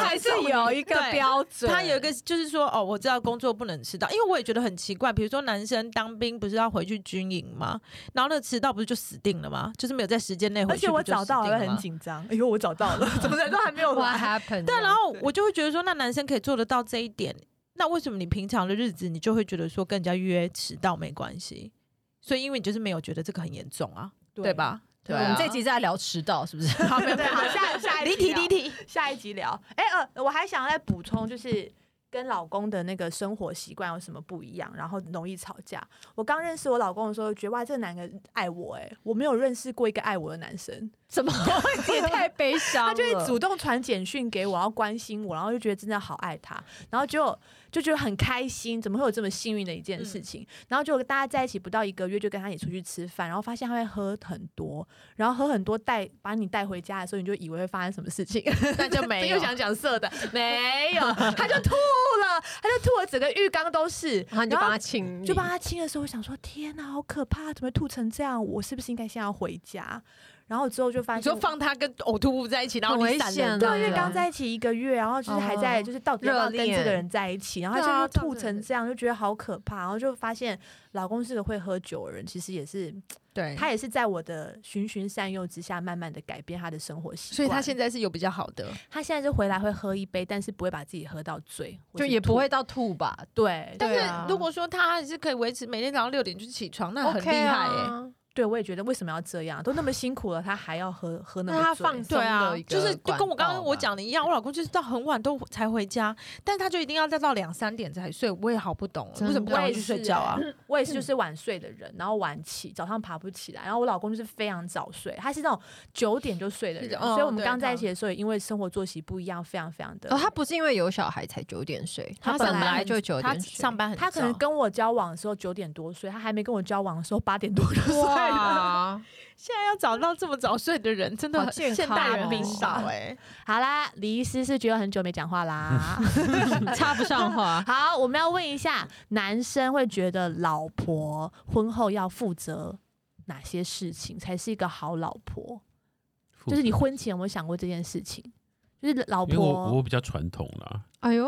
Speaker 5: 有一
Speaker 3: 对
Speaker 5: 准
Speaker 3: 他有一个就是说，哦，我知道工作不能迟到，因为我也觉得很奇怪。比如说男生当兵不是要回去军营吗？然后那迟到不是就死定了吗？就是没有在时间内回
Speaker 1: 而
Speaker 3: 去，
Speaker 1: 且我找到了会很
Speaker 3: 紧。
Speaker 1: 紧张，哎呦，我找到了， *laughs* 怎么人都还没有
Speaker 2: What
Speaker 1: 来？
Speaker 2: happened？
Speaker 3: 啊但然后我就会觉得说，那男生可以做得到这一点，那为什么你平常的日子你就会觉得说跟人家约迟到没关系？所以因为你就是没有觉得这个很严重啊，对？吧？
Speaker 5: 对
Speaker 3: 啊
Speaker 5: 我们这集是在聊迟到，是不是？
Speaker 1: 好，没有没有，好，下下 *laughs* 一
Speaker 3: 离
Speaker 1: 题啊
Speaker 3: 题
Speaker 1: 聊
Speaker 3: 离题，
Speaker 1: 下一集聊。哎、呃，我还想再补充，就是跟老公的那个生活习惯有什么不一样，然后容易吵架。我刚认识我老公的时候，觉得哇，这个男人爱我、哎，我没有认识过一个爱我的男生，
Speaker 5: 怎么会
Speaker 2: 也太悲伤
Speaker 1: 他
Speaker 2: 了，
Speaker 1: 就会主动传简讯给我，要关心我，然后就觉得真的好爱他，然后就就觉得很开心，怎么会有这么幸运的一件事情？然后就大家在一起不到一个月，就跟他一起出去吃饭，然后发现他会喝很多，然后喝很多带把你带回家的时候，你就以为会发生什么事情，
Speaker 5: 那就
Speaker 3: 哎
Speaker 5: 没有
Speaker 1: 又想讲色的，没
Speaker 3: *laughs*
Speaker 1: 有，他就吐了，他就吐了，整个浴缸都是，
Speaker 2: 然后你就帮他清
Speaker 3: 嗯
Speaker 2: 理，
Speaker 1: 就帮他清的时候，我想说天哪，好可怕，怎么会吐成这样？我是不是应该先要回家？然后之后就发
Speaker 3: 你
Speaker 1: 现
Speaker 3: 说。放他跟呕吐物在一起，然后
Speaker 2: 很
Speaker 3: 你
Speaker 2: 危
Speaker 3: 闪
Speaker 2: 险
Speaker 3: 人，
Speaker 2: 啊，
Speaker 1: 对，因为刚在一起一个月，然后就是还在，
Speaker 2: 哦
Speaker 1: 就是到底要不要
Speaker 2: 热
Speaker 1: 跟这个
Speaker 2: 恋
Speaker 1: 人在一起，然后
Speaker 3: 对
Speaker 1: 他
Speaker 3: 啊
Speaker 1: 就吐
Speaker 3: 这样子
Speaker 1: 成这样，就觉得好可怕，
Speaker 3: 啊
Speaker 1: 然后就发现老公是个会喝酒的人，其实也是
Speaker 3: 嗯对，
Speaker 1: 他也是在我的循循善诱之下，慢慢的改变他的生活习惯。
Speaker 3: 所以他现在是有比较好的，
Speaker 1: 他现在就回来会喝一杯，但是不会把自己喝到醉，或
Speaker 2: 就是也不
Speaker 1: 吐
Speaker 2: 会到吐吧，
Speaker 1: 对。
Speaker 3: 但
Speaker 1: 对
Speaker 3: 是
Speaker 1: 啊
Speaker 3: 如果说他还是可以维持每天早上六点就起床，那很
Speaker 2: OK
Speaker 3: 厉害哎、
Speaker 2: 啊
Speaker 1: 对我也觉得为什么要这样？都那么辛苦了，他还要喝喝那
Speaker 2: 那
Speaker 1: 么
Speaker 2: 他
Speaker 1: 醉
Speaker 2: 放
Speaker 3: 对
Speaker 2: 松
Speaker 3: 啊
Speaker 2: 的一，个
Speaker 3: 就是就跟我
Speaker 2: 管
Speaker 3: 刚
Speaker 2: 道
Speaker 3: 刚我
Speaker 2: 吧
Speaker 3: 讲的一样，我老公就是到很晚都才回家，但他就一定要再到两三点才睡，我也好不懂，
Speaker 2: 真
Speaker 3: 为什
Speaker 2: 的
Speaker 3: 么不赶快去睡觉啊？
Speaker 1: 我也是，就是晚睡的人，然后晚起，早上爬不起来。然后我老公就是非常早睡，他是那种九点就睡的
Speaker 3: 是
Speaker 1: 人，
Speaker 3: 的
Speaker 1: 所以
Speaker 3: 哦
Speaker 1: 我们
Speaker 3: 对
Speaker 1: 刚在
Speaker 3: 他
Speaker 1: 一起的时候，也因为生活作息不一样，非常非常的。
Speaker 2: 哦，他不是因为有小孩才九点睡，
Speaker 1: 他
Speaker 2: 本
Speaker 1: 上班
Speaker 2: 来
Speaker 1: 很
Speaker 2: 就九
Speaker 3: 他
Speaker 2: 点睡，
Speaker 3: 上班很
Speaker 1: 他可能
Speaker 3: 早
Speaker 1: 跟我交往的时候九点多睡，他还没跟我交往的时候八点多就睡
Speaker 3: *laughs*
Speaker 1: 了。
Speaker 3: 啊
Speaker 2: 哇，
Speaker 3: 现在要找到这么早睡的人，真的
Speaker 2: 好
Speaker 3: 很
Speaker 2: 健
Speaker 3: 现代人
Speaker 2: 康
Speaker 3: 很
Speaker 2: 哦
Speaker 3: 少哎、
Speaker 1: 好啦，李医师是觉得很久没讲话啦。。
Speaker 2: 插不上话
Speaker 1: 好，我们要问一下，男生会觉得老婆婚后要负责哪些事情才是一个好老婆？就是你婚前有没有想过这件事情？就是老
Speaker 4: 因为我
Speaker 1: 婆
Speaker 4: 我比较传统啦，
Speaker 2: 哎呦，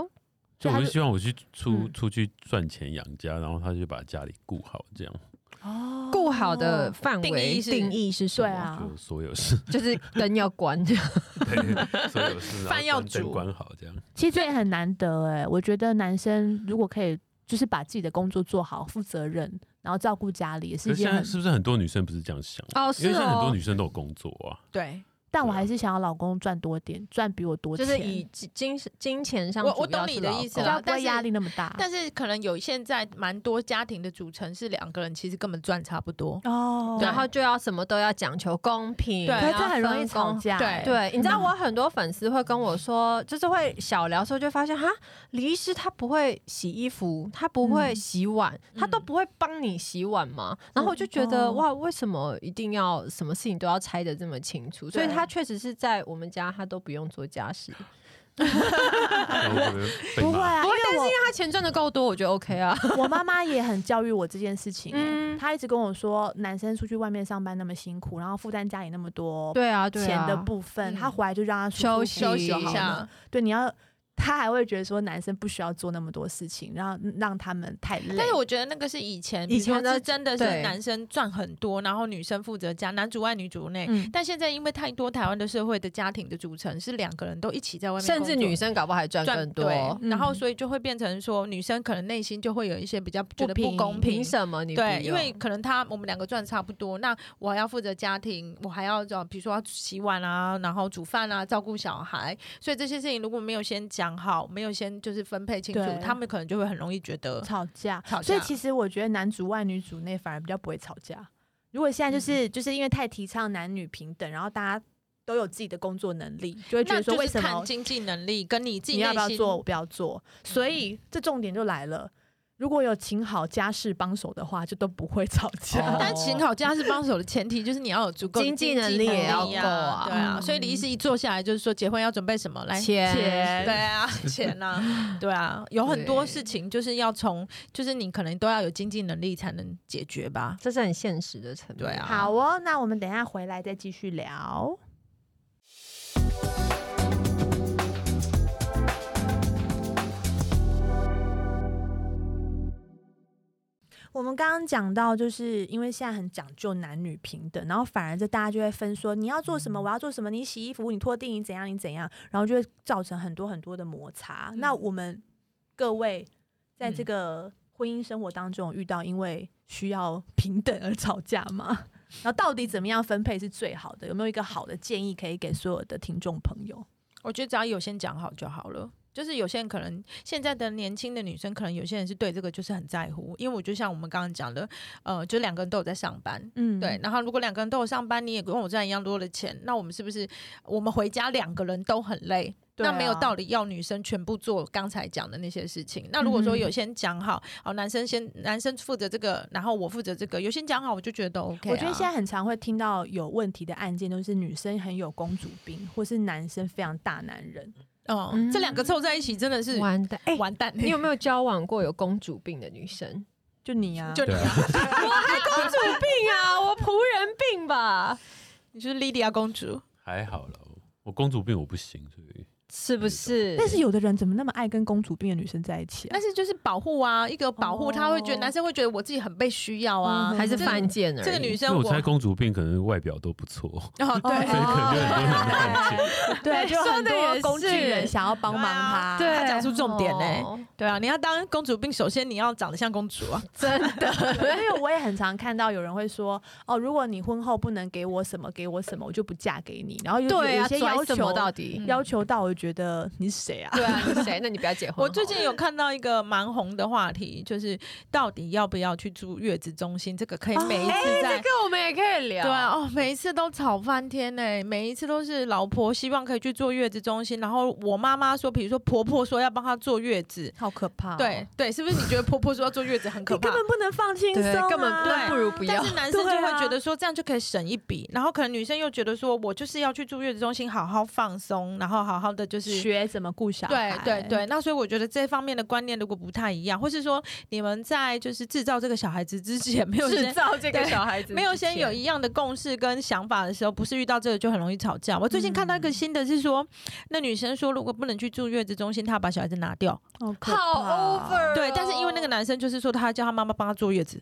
Speaker 4: 所以
Speaker 1: 他
Speaker 4: 我就
Speaker 1: 就
Speaker 4: 希望我去出
Speaker 1: 嗯
Speaker 4: 出去赚钱养家，然后他就把家里顾好，这样
Speaker 1: 哦
Speaker 2: 顾好的范
Speaker 3: 定
Speaker 2: 围
Speaker 3: 义是
Speaker 2: 定义是什
Speaker 1: 对
Speaker 2: 么？
Speaker 1: 啊，
Speaker 4: 就所有事，
Speaker 2: 就是灯要关，
Speaker 4: *laughs*
Speaker 2: *laughs*
Speaker 4: 对，所有事，然后
Speaker 3: 饭要
Speaker 4: 关灯
Speaker 3: 煮
Speaker 4: 关好这样。
Speaker 1: 其实这也很难得哎、我觉得男生如果可以，就是把自己的工作做好，负责任，然后照顾家里，也是
Speaker 4: 可
Speaker 1: 一
Speaker 4: 是
Speaker 1: 件
Speaker 4: 现在
Speaker 1: 很……
Speaker 4: 是不是很多女生不是这样想？啊
Speaker 2: 哦
Speaker 4: 因为现在很多
Speaker 2: 哦
Speaker 4: 女生都有工作
Speaker 1: *laughs*
Speaker 4: 啊，
Speaker 3: *laughs* 对，
Speaker 1: 但我还是想要老公赚多点，赚比我多
Speaker 2: 就
Speaker 1: 钱，
Speaker 2: 是以金金金钱上
Speaker 3: 我
Speaker 2: 主
Speaker 3: 我懂
Speaker 2: 要
Speaker 3: 你
Speaker 2: 是
Speaker 3: 的
Speaker 2: 老
Speaker 3: 意思
Speaker 1: 比
Speaker 2: 公
Speaker 3: 啦
Speaker 1: 较不
Speaker 3: 但
Speaker 1: 会
Speaker 3: 是
Speaker 1: 压力那么大。
Speaker 3: 但是可能有现在蛮多家庭的组成是两个人，其实根本赚差不多。
Speaker 1: 哦，
Speaker 2: 然后就要什么都要讲求公平，
Speaker 3: 对
Speaker 1: 可
Speaker 2: 然
Speaker 1: 是
Speaker 2: 后
Speaker 1: 这很容易
Speaker 2: 分
Speaker 1: 吵
Speaker 2: 工。
Speaker 1: 架欸，
Speaker 3: 对
Speaker 2: 对，你知道我很多粉丝会跟我说，就是会小聊的时候就发现，哈，李医师他不会洗衣服，他不会
Speaker 1: 嗯
Speaker 2: 洗碗，他都
Speaker 3: 嗯
Speaker 2: 不会帮你洗碗吗？然后我就觉得、
Speaker 1: 哦
Speaker 2: 哇，为什么一定要什么事情都要拆的这么清楚？所以
Speaker 1: 对
Speaker 2: 他确实是在我们家，他都不用做家事。
Speaker 4: 我可能被
Speaker 1: 哎不会
Speaker 4: 骂。
Speaker 1: 啊，
Speaker 2: 不会，但
Speaker 1: 因
Speaker 2: 是因为
Speaker 1: 为
Speaker 2: 他钱赚的够多，我觉得 OK 啊。
Speaker 1: 我我妈妈也很教育我这件事情、
Speaker 2: 嗯
Speaker 1: 欸，她一直跟我说，男生出去外面上班那么辛苦，然后负担家里那么多
Speaker 2: 对啊，对啊，
Speaker 1: 钱的部分，她
Speaker 5: 嗯
Speaker 1: 回来就让他舒舒
Speaker 2: 休息
Speaker 1: 服服
Speaker 5: 休息一
Speaker 1: 好了
Speaker 5: 下。
Speaker 1: 对，你要。她还会觉得说男生不需要做那么多事情，然后让他们太累。
Speaker 3: 但是我觉得那个是以前，
Speaker 2: 以前
Speaker 3: 比如说
Speaker 2: 的
Speaker 3: 是真的是
Speaker 2: 对
Speaker 3: 男生赚很多，然后女生负责家，男主外女主内。
Speaker 1: 嗯，
Speaker 3: 但现在因为太多台湾的社会的家庭的组成是两个人都一起在外面工
Speaker 2: 甚
Speaker 3: 作，
Speaker 2: 至女生搞不好还赚
Speaker 3: 赚
Speaker 2: 更多。
Speaker 3: 对然
Speaker 1: 嗯
Speaker 3: 后所以就会变成说女生可能内心就会有一些比较觉得不公
Speaker 2: 凭
Speaker 3: 平。
Speaker 2: 什么你不
Speaker 3: 对，
Speaker 2: 用
Speaker 3: 因为可能他我们两个赚差不多，那我还要负责家庭，我还要呃比如说要洗碗啊，然后煮饭啊，照顾小孩，所以这些事情如果没有先讲好，没有先就是分配清
Speaker 1: 对
Speaker 3: 楚，他们可能就会很容易觉得
Speaker 1: 吵架，
Speaker 3: 吵
Speaker 1: 所以
Speaker 3: 架
Speaker 1: 其实我觉得男主外女主内反而比较不会吵架。如果现在
Speaker 3: 嗯
Speaker 1: 就是、就是因为太提倡男女平等，然后大家都有自己的工作能力，就会觉
Speaker 3: 那
Speaker 1: 得说
Speaker 3: 就
Speaker 1: 为
Speaker 3: 是
Speaker 1: 什
Speaker 3: 看
Speaker 1: 么
Speaker 3: 经济嗯能力跟你自己
Speaker 1: 你要
Speaker 3: 内
Speaker 1: 不要
Speaker 3: 心哦
Speaker 1: 做，我不要做。所以这重点就来了，如果有请好家事帮手的话，就都不会吵架。
Speaker 4: 哦
Speaker 3: 但请好家事帮手的前提就是你要有足够的
Speaker 2: 经济
Speaker 3: 经
Speaker 2: 能
Speaker 3: 济
Speaker 2: 力
Speaker 3: 能
Speaker 2: 也要
Speaker 3: 啊
Speaker 2: 够啊
Speaker 3: 对啊，
Speaker 1: 嗯
Speaker 3: 所以李医师一坐下来就是说结婚要准备什么来。
Speaker 2: 钱
Speaker 1: 钱
Speaker 3: 对啊， *laughs* 钱啊，对啊，有很多事情就是要从，就是你可能都要有经济能力才能解决吧。
Speaker 2: 这是很现实的层面。
Speaker 3: 对啊，
Speaker 1: 好哦，那我们等一下回来再继续聊。我们刚刚讲到，就是因为现在很讲究男女平等，然后反而这大家就会分说你要做什么，我要做什么，你洗衣服，你拖地，你怎样，你怎样，然后就会造成很多很多的摩擦。那我们各位在这
Speaker 3: 嗯
Speaker 1: 个婚姻生活当中有遇到因为需要平等而吵架吗？然后到底怎么样分配是最好的？有没有一个好的建议可以给所有的听众朋友？
Speaker 3: 我觉得只要有先讲好就好了。就是有些人可能现在的年轻的女生，可能有些人是对这个就是很在乎，因为我就像我们刚刚讲的，呃，就两个人都有在上班，
Speaker 1: 嗯
Speaker 3: 对，，然后如果两个人都有上班，你也跟我赚一样多的钱，那我们是不是我们回家两个人都很累？
Speaker 1: 对啊
Speaker 3: 那没有道理要女生全部做刚才讲的那些事情。那如果说
Speaker 1: 嗯
Speaker 3: 有先讲好，好男生先男生负责这个，然后我负责这个，有先讲好，我就觉得 OK 啊、
Speaker 1: 我觉得现在很常会听到有问题的案件，都是女生很有公主病，或是男生非常大男人。
Speaker 3: 哦，
Speaker 2: 嗯
Speaker 3: 这两个凑在一起真的是
Speaker 2: 完蛋。哎、
Speaker 3: 完蛋、
Speaker 2: 你有没有交往过有公主病的女生？
Speaker 1: 就你啊，
Speaker 3: 就你、啊，
Speaker 2: *laughs* 公主病啊，我仆人病吧？
Speaker 3: *laughs* 你就是莉迪亚公主，
Speaker 1: 啊
Speaker 4: 还好哦了，我公主病我不行，所以
Speaker 2: 是不是？
Speaker 1: 但是有的人怎么那么爱跟公主病的女生在一起啊
Speaker 3: 但？是就是保护啊，一个保护，他会觉
Speaker 1: 哦
Speaker 3: 得男生会觉得我自己很被需要啊，
Speaker 1: 嗯
Speaker 2: 还是
Speaker 3: 这
Speaker 2: 犯贱而已。
Speaker 3: 这个女
Speaker 4: 因
Speaker 3: 生
Speaker 4: 为
Speaker 3: 我
Speaker 4: 我猜公主病可能外表都不错，
Speaker 3: 哦对，
Speaker 1: 哎
Speaker 4: 所以可能就很多人很担心。
Speaker 1: 对，啊
Speaker 3: *laughs*
Speaker 2: 对
Speaker 1: 就很
Speaker 2: 说得
Speaker 1: 多
Speaker 2: 也
Speaker 1: 工具
Speaker 2: 是
Speaker 1: 人想要帮忙他。
Speaker 2: 对，
Speaker 3: 她讲出重点欸
Speaker 2: 哦
Speaker 3: 对啊，你要当公主病，首先你要长得像公主
Speaker 2: *laughs*
Speaker 3: 啊。
Speaker 2: 真的。
Speaker 1: 因为我也很常看到有人会说，哦，如果你婚后不能给我什么，给我什么，我就不嫁给你。然后有
Speaker 2: 对
Speaker 1: 有一
Speaker 2: 啊，
Speaker 1: 些
Speaker 2: 拽
Speaker 1: 要
Speaker 2: 什么
Speaker 1: 求
Speaker 2: 到底？
Speaker 1: 要求到，我就觉得你是谁啊？
Speaker 2: 对啊，你谁？那你不要结婚 *laughs* 好了。
Speaker 3: 我最近有看到一个蛮红的话题，就是到底要不要去住月子中心？这个可以每一次在、
Speaker 2: 哦哎 *laughs* 这个我们也可以聊。
Speaker 3: 对啊，哦，每一次都吵翻天呢、每一次都是老婆希望可以去坐月子中心，然后我妈妈说，比如说婆婆说要帮她坐月子，
Speaker 1: 好可怕、
Speaker 2: 哦
Speaker 3: 对对，是不是你觉得婆婆说要坐月子很可
Speaker 1: 你
Speaker 3: 怕
Speaker 2: *laughs*
Speaker 1: 根？本不能放轻松、
Speaker 2: 对
Speaker 1: 啊，，
Speaker 2: 根本
Speaker 3: 对
Speaker 2: 不如不要
Speaker 3: 但。是男生就
Speaker 1: 对
Speaker 3: 会
Speaker 1: 啊
Speaker 3: 觉得说这样就可以省一笔，然后可能女生又觉得说我就是要去住月子中心好好放松，然后好好的就是
Speaker 1: 学怎么顾小孩。
Speaker 3: 对对对，那所以我觉得这方面的观念如果不太一样，或是说你们在就是制造这个小孩子之前没有
Speaker 2: *laughs* 制
Speaker 3: 先
Speaker 2: 造这个小孩子之前，
Speaker 3: 没有先有一样的共识跟想法的时候，不是遇到这个就很容易吵架。我最近看到一个新的是说，那女生说如果不能去住月子中心，她要把小孩子拿掉。
Speaker 1: 好可怕
Speaker 2: 好 over 哦。
Speaker 3: 对，但是因为那个男生就是说他叫他妈妈帮他坐月子。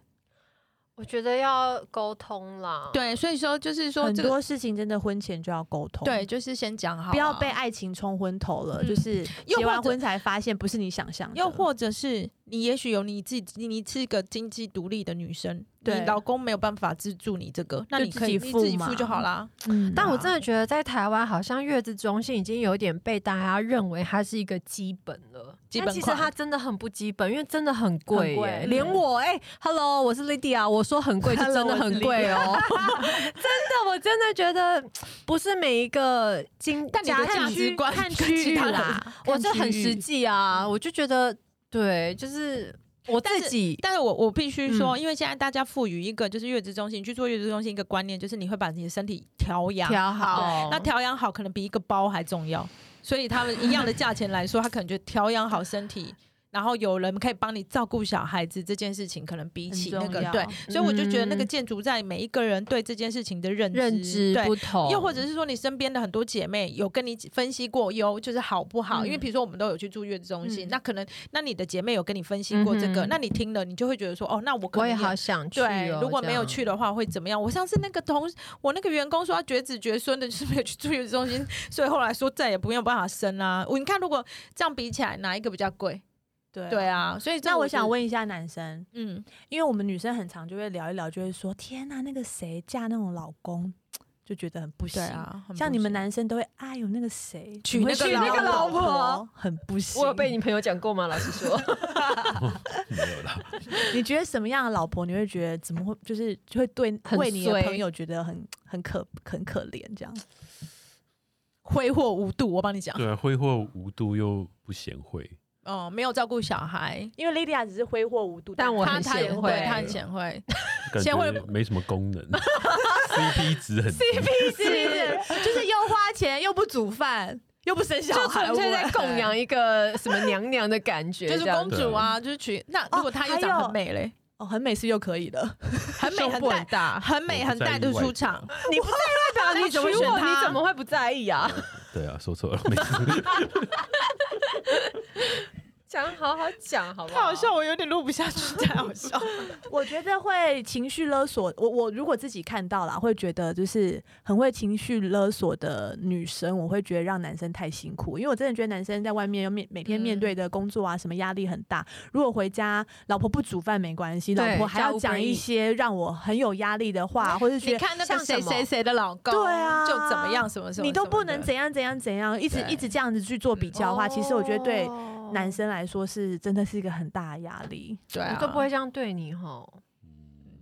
Speaker 2: 我觉得要沟通啦。
Speaker 3: 对，所以说就是说
Speaker 1: 很
Speaker 3: 这个
Speaker 1: 多事情真的婚前就要沟通。
Speaker 3: 对，。就是先讲好啊，
Speaker 1: 不要被爱情冲昏头了，
Speaker 3: 嗯
Speaker 1: 就是
Speaker 3: 又
Speaker 1: 结完
Speaker 3: 或者
Speaker 1: 婚才发现不是你想象的。
Speaker 3: 又或者是你也许有你自己，你是一个经济独立的女生，你
Speaker 1: 对
Speaker 3: 老公没有办法资助你这个，那
Speaker 1: 就
Speaker 3: 你
Speaker 1: 自
Speaker 3: 可以
Speaker 1: 己付
Speaker 3: 你自己
Speaker 1: 嘛
Speaker 3: 付就好啦。
Speaker 1: 嗯，
Speaker 2: 但我真的觉得在台湾，好像月子中心已经有点被大家认为它是一个基本了。
Speaker 3: 基
Speaker 2: 但
Speaker 3: 本
Speaker 2: 其实
Speaker 3: 款
Speaker 2: 它真的很不基本，因为真的很贵
Speaker 1: 很
Speaker 2: 耶、
Speaker 1: 贵
Speaker 2: 连我哎、h e l l o 我是 Lydia，我说很贵就
Speaker 1: Hello，
Speaker 2: 真的
Speaker 1: 我是
Speaker 2: 很贵哦、 *laughs* 真的，我真的觉得不是每一个经
Speaker 3: 但你
Speaker 2: 家
Speaker 3: 的价
Speaker 2: 庭
Speaker 3: 值观
Speaker 1: 看
Speaker 3: 跟
Speaker 1: 区
Speaker 3: 其
Speaker 1: 域
Speaker 3: 他人
Speaker 1: 啦，
Speaker 2: 我
Speaker 1: 看
Speaker 2: 这很
Speaker 1: 区域
Speaker 2: 实际啊，我就觉得对，就是我
Speaker 3: 但
Speaker 2: 自
Speaker 3: 是
Speaker 2: 己
Speaker 3: 但是我我必须说，因为现在大家赋予一个就是月子中心去做月子中心一个观念，就是你会把你的身体调养
Speaker 2: 调
Speaker 3: 好。
Speaker 2: 好。
Speaker 3: 那调养好可能比一个包还重要，所以他们一样的价钱来说，他可能就调养好身体，然后有人可以帮你照顾小孩子这件事情，可能比起那
Speaker 1: 很
Speaker 3: 个
Speaker 1: 重要
Speaker 3: 对，所以我就觉得那个
Speaker 2: 嗯
Speaker 3: 建筑在每一个人对这件事情的认知，
Speaker 2: 认知
Speaker 3: 对
Speaker 2: 不同，
Speaker 3: 又或者是说，你身边的很多姐妹有跟你分析过
Speaker 2: 嗯
Speaker 3: 优，就是好不好？因为
Speaker 1: 嗯
Speaker 3: 比如说我们都有去住月子中心，
Speaker 1: 嗯
Speaker 3: 那可能那你的姐妹有跟你分析过这个，
Speaker 2: 嗯哼
Speaker 3: 那你听了你就会觉得说，哦，那我可
Speaker 2: 我
Speaker 3: 能也
Speaker 2: 也好想去、哦。
Speaker 3: 对，如果
Speaker 2: 这
Speaker 3: 没有
Speaker 2: 样
Speaker 3: 去的话会怎么样？我上次那个同我那个员工说他绝子绝孙的，就是没有去住月子中心，所以后来说再也不用办法生啦、我你看，如果这样比起来，哪一个比较贵？
Speaker 1: 对
Speaker 3: 对。啊，所以这
Speaker 1: 那我
Speaker 3: 觉
Speaker 1: 想
Speaker 3: 得，
Speaker 1: 问一下男生，
Speaker 3: 嗯，
Speaker 1: 因为我们女生很常就会聊一聊，就会说天呐，那个谁嫁那种老公，就觉得很不行。
Speaker 3: 对啊，很
Speaker 1: 像
Speaker 3: 不
Speaker 1: 你们
Speaker 3: 行
Speaker 1: 男生都会哎呦那个谁
Speaker 3: 娶
Speaker 1: 你会
Speaker 3: 那个
Speaker 1: 娶那
Speaker 3: 老
Speaker 1: 个老
Speaker 3: 婆
Speaker 1: 婆，很不行。
Speaker 2: 我有被你朋友讲过吗？老实说，
Speaker 4: 没有啦，
Speaker 1: 你觉得什么样的老婆你会觉得怎么会就是就会对
Speaker 2: 很
Speaker 1: 为你的
Speaker 2: 衰
Speaker 1: 朋友觉得很很可很可怜这样？
Speaker 3: 挥霍无度，我帮你讲，
Speaker 4: 对啊，挥霍无度又不贤惠，
Speaker 3: 哦、没有照顾小孩，
Speaker 1: 因为莉莉娅只是挥霍无度，
Speaker 2: 但我
Speaker 1: 她
Speaker 3: 他他
Speaker 2: 很
Speaker 1: 她也
Speaker 3: 也
Speaker 1: 会
Speaker 2: 贤
Speaker 3: 会
Speaker 2: 惠，
Speaker 3: 他很贤 *laughs* 惠，
Speaker 4: 感
Speaker 3: 贤惠
Speaker 4: 觉没什么
Speaker 1: *laughs*
Speaker 4: 功能，CP 值很低。
Speaker 1: 是就是又花钱又不煮饭又不生小
Speaker 2: 就
Speaker 1: 孩，
Speaker 2: 纯粹在
Speaker 1: 我
Speaker 2: 供养一个什么娘娘的感觉，
Speaker 3: 就是
Speaker 2: 这样
Speaker 3: 公主啊，就是娶那
Speaker 1: 哦
Speaker 3: 如果她又
Speaker 1: 还
Speaker 3: 长
Speaker 1: 有
Speaker 3: 很美嘞，
Speaker 1: 哦，很美式就可以了。
Speaker 3: 很美
Speaker 2: 胸
Speaker 3: 很
Speaker 2: 部
Speaker 3: 带
Speaker 2: 很大，
Speaker 3: 很美
Speaker 4: 我不
Speaker 3: 很
Speaker 4: 在
Speaker 3: 带
Speaker 4: 意
Speaker 3: 的
Speaker 4: 外
Speaker 3: 出
Speaker 4: 表
Speaker 3: 场，
Speaker 2: 你不在外表，你
Speaker 3: 你怎
Speaker 2: 娶
Speaker 3: 么选
Speaker 2: 我，
Speaker 3: 她
Speaker 2: 你怎么会不在意啊？
Speaker 4: 对啊，说错了，没事。
Speaker 2: 讲好好讲，好不
Speaker 3: 太好笑，我有点录不下去，太好笑。
Speaker 1: 我觉得会情绪勒索，我我如果自己看到了，会觉得就是很会情绪勒索的女生，我会觉得让男生太辛苦，因为我真的觉得男生在外面要面每天面
Speaker 3: 嗯
Speaker 1: 对的工作啊，什么压力很大。如果回家老婆不煮饭没关系，老
Speaker 2: 对
Speaker 1: 婆还
Speaker 2: 叫
Speaker 1: 要讲
Speaker 2: Uber
Speaker 1: 一
Speaker 2: Eats
Speaker 1: 些让我很有压力的话，或是觉
Speaker 3: 你
Speaker 1: 得
Speaker 3: 看那个
Speaker 2: 像
Speaker 3: 谁
Speaker 2: 什么
Speaker 3: 谁谁的老公，
Speaker 1: 对啊
Speaker 3: 就怎么样，什么什么，
Speaker 1: 你都不能
Speaker 3: 这
Speaker 1: 怎样怎样怎样，一直
Speaker 3: 对哦
Speaker 1: 一直这样子去做比较的话，其实我觉得对男生来说是真的是一个很大的压力。
Speaker 3: 对啊，
Speaker 2: 都不会，这样对你吼。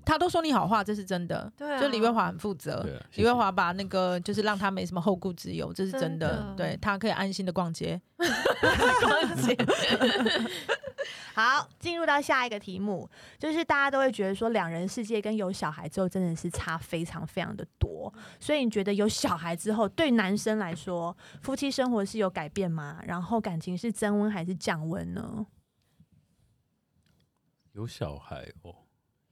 Speaker 3: 他都说你好话，这是真的。
Speaker 2: 对啊，
Speaker 3: 就李卫华很负责
Speaker 1: *laughs*
Speaker 4: 对啊，谢谢
Speaker 3: 李卫华把那个就是让他没什么后顾之忧，这是真的
Speaker 2: 真的。
Speaker 3: 对他可以安心的逛街。
Speaker 1: 好，进入到下一个题目，就是大家都会觉得说，两人世界跟有小孩之后真的是差非常非常的多。所以你觉得有小孩之后，对男生来说，夫妻生活是有改变吗？然后感情是增温还是降温 *laughs* 呢？
Speaker 4: 有小孩哦，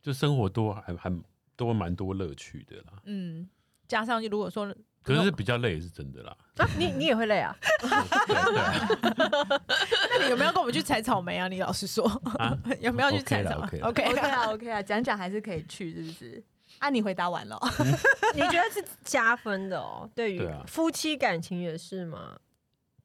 Speaker 4: 就生活多还还多蛮多乐趣的啦。
Speaker 3: 嗯，加上如果说
Speaker 4: 可是比较累是
Speaker 3: *laughs*
Speaker 4: 真的啦，
Speaker 2: 啊，你你也会累啊？
Speaker 4: 对对啊
Speaker 3: 那你有没有跟我们去采草莓啊？你老实说， *laughs*
Speaker 4: 啊
Speaker 3: 有没有去采
Speaker 4: OK 啦
Speaker 3: 草莓
Speaker 4: OK
Speaker 3: ？OK 啦
Speaker 1: *laughs* 啊，OK 啊，讲讲还是可以去，是不是？啊，你回答完了，
Speaker 2: 你觉得是加分的哦？对于
Speaker 4: 对啊
Speaker 2: 夫妻感情也是吗？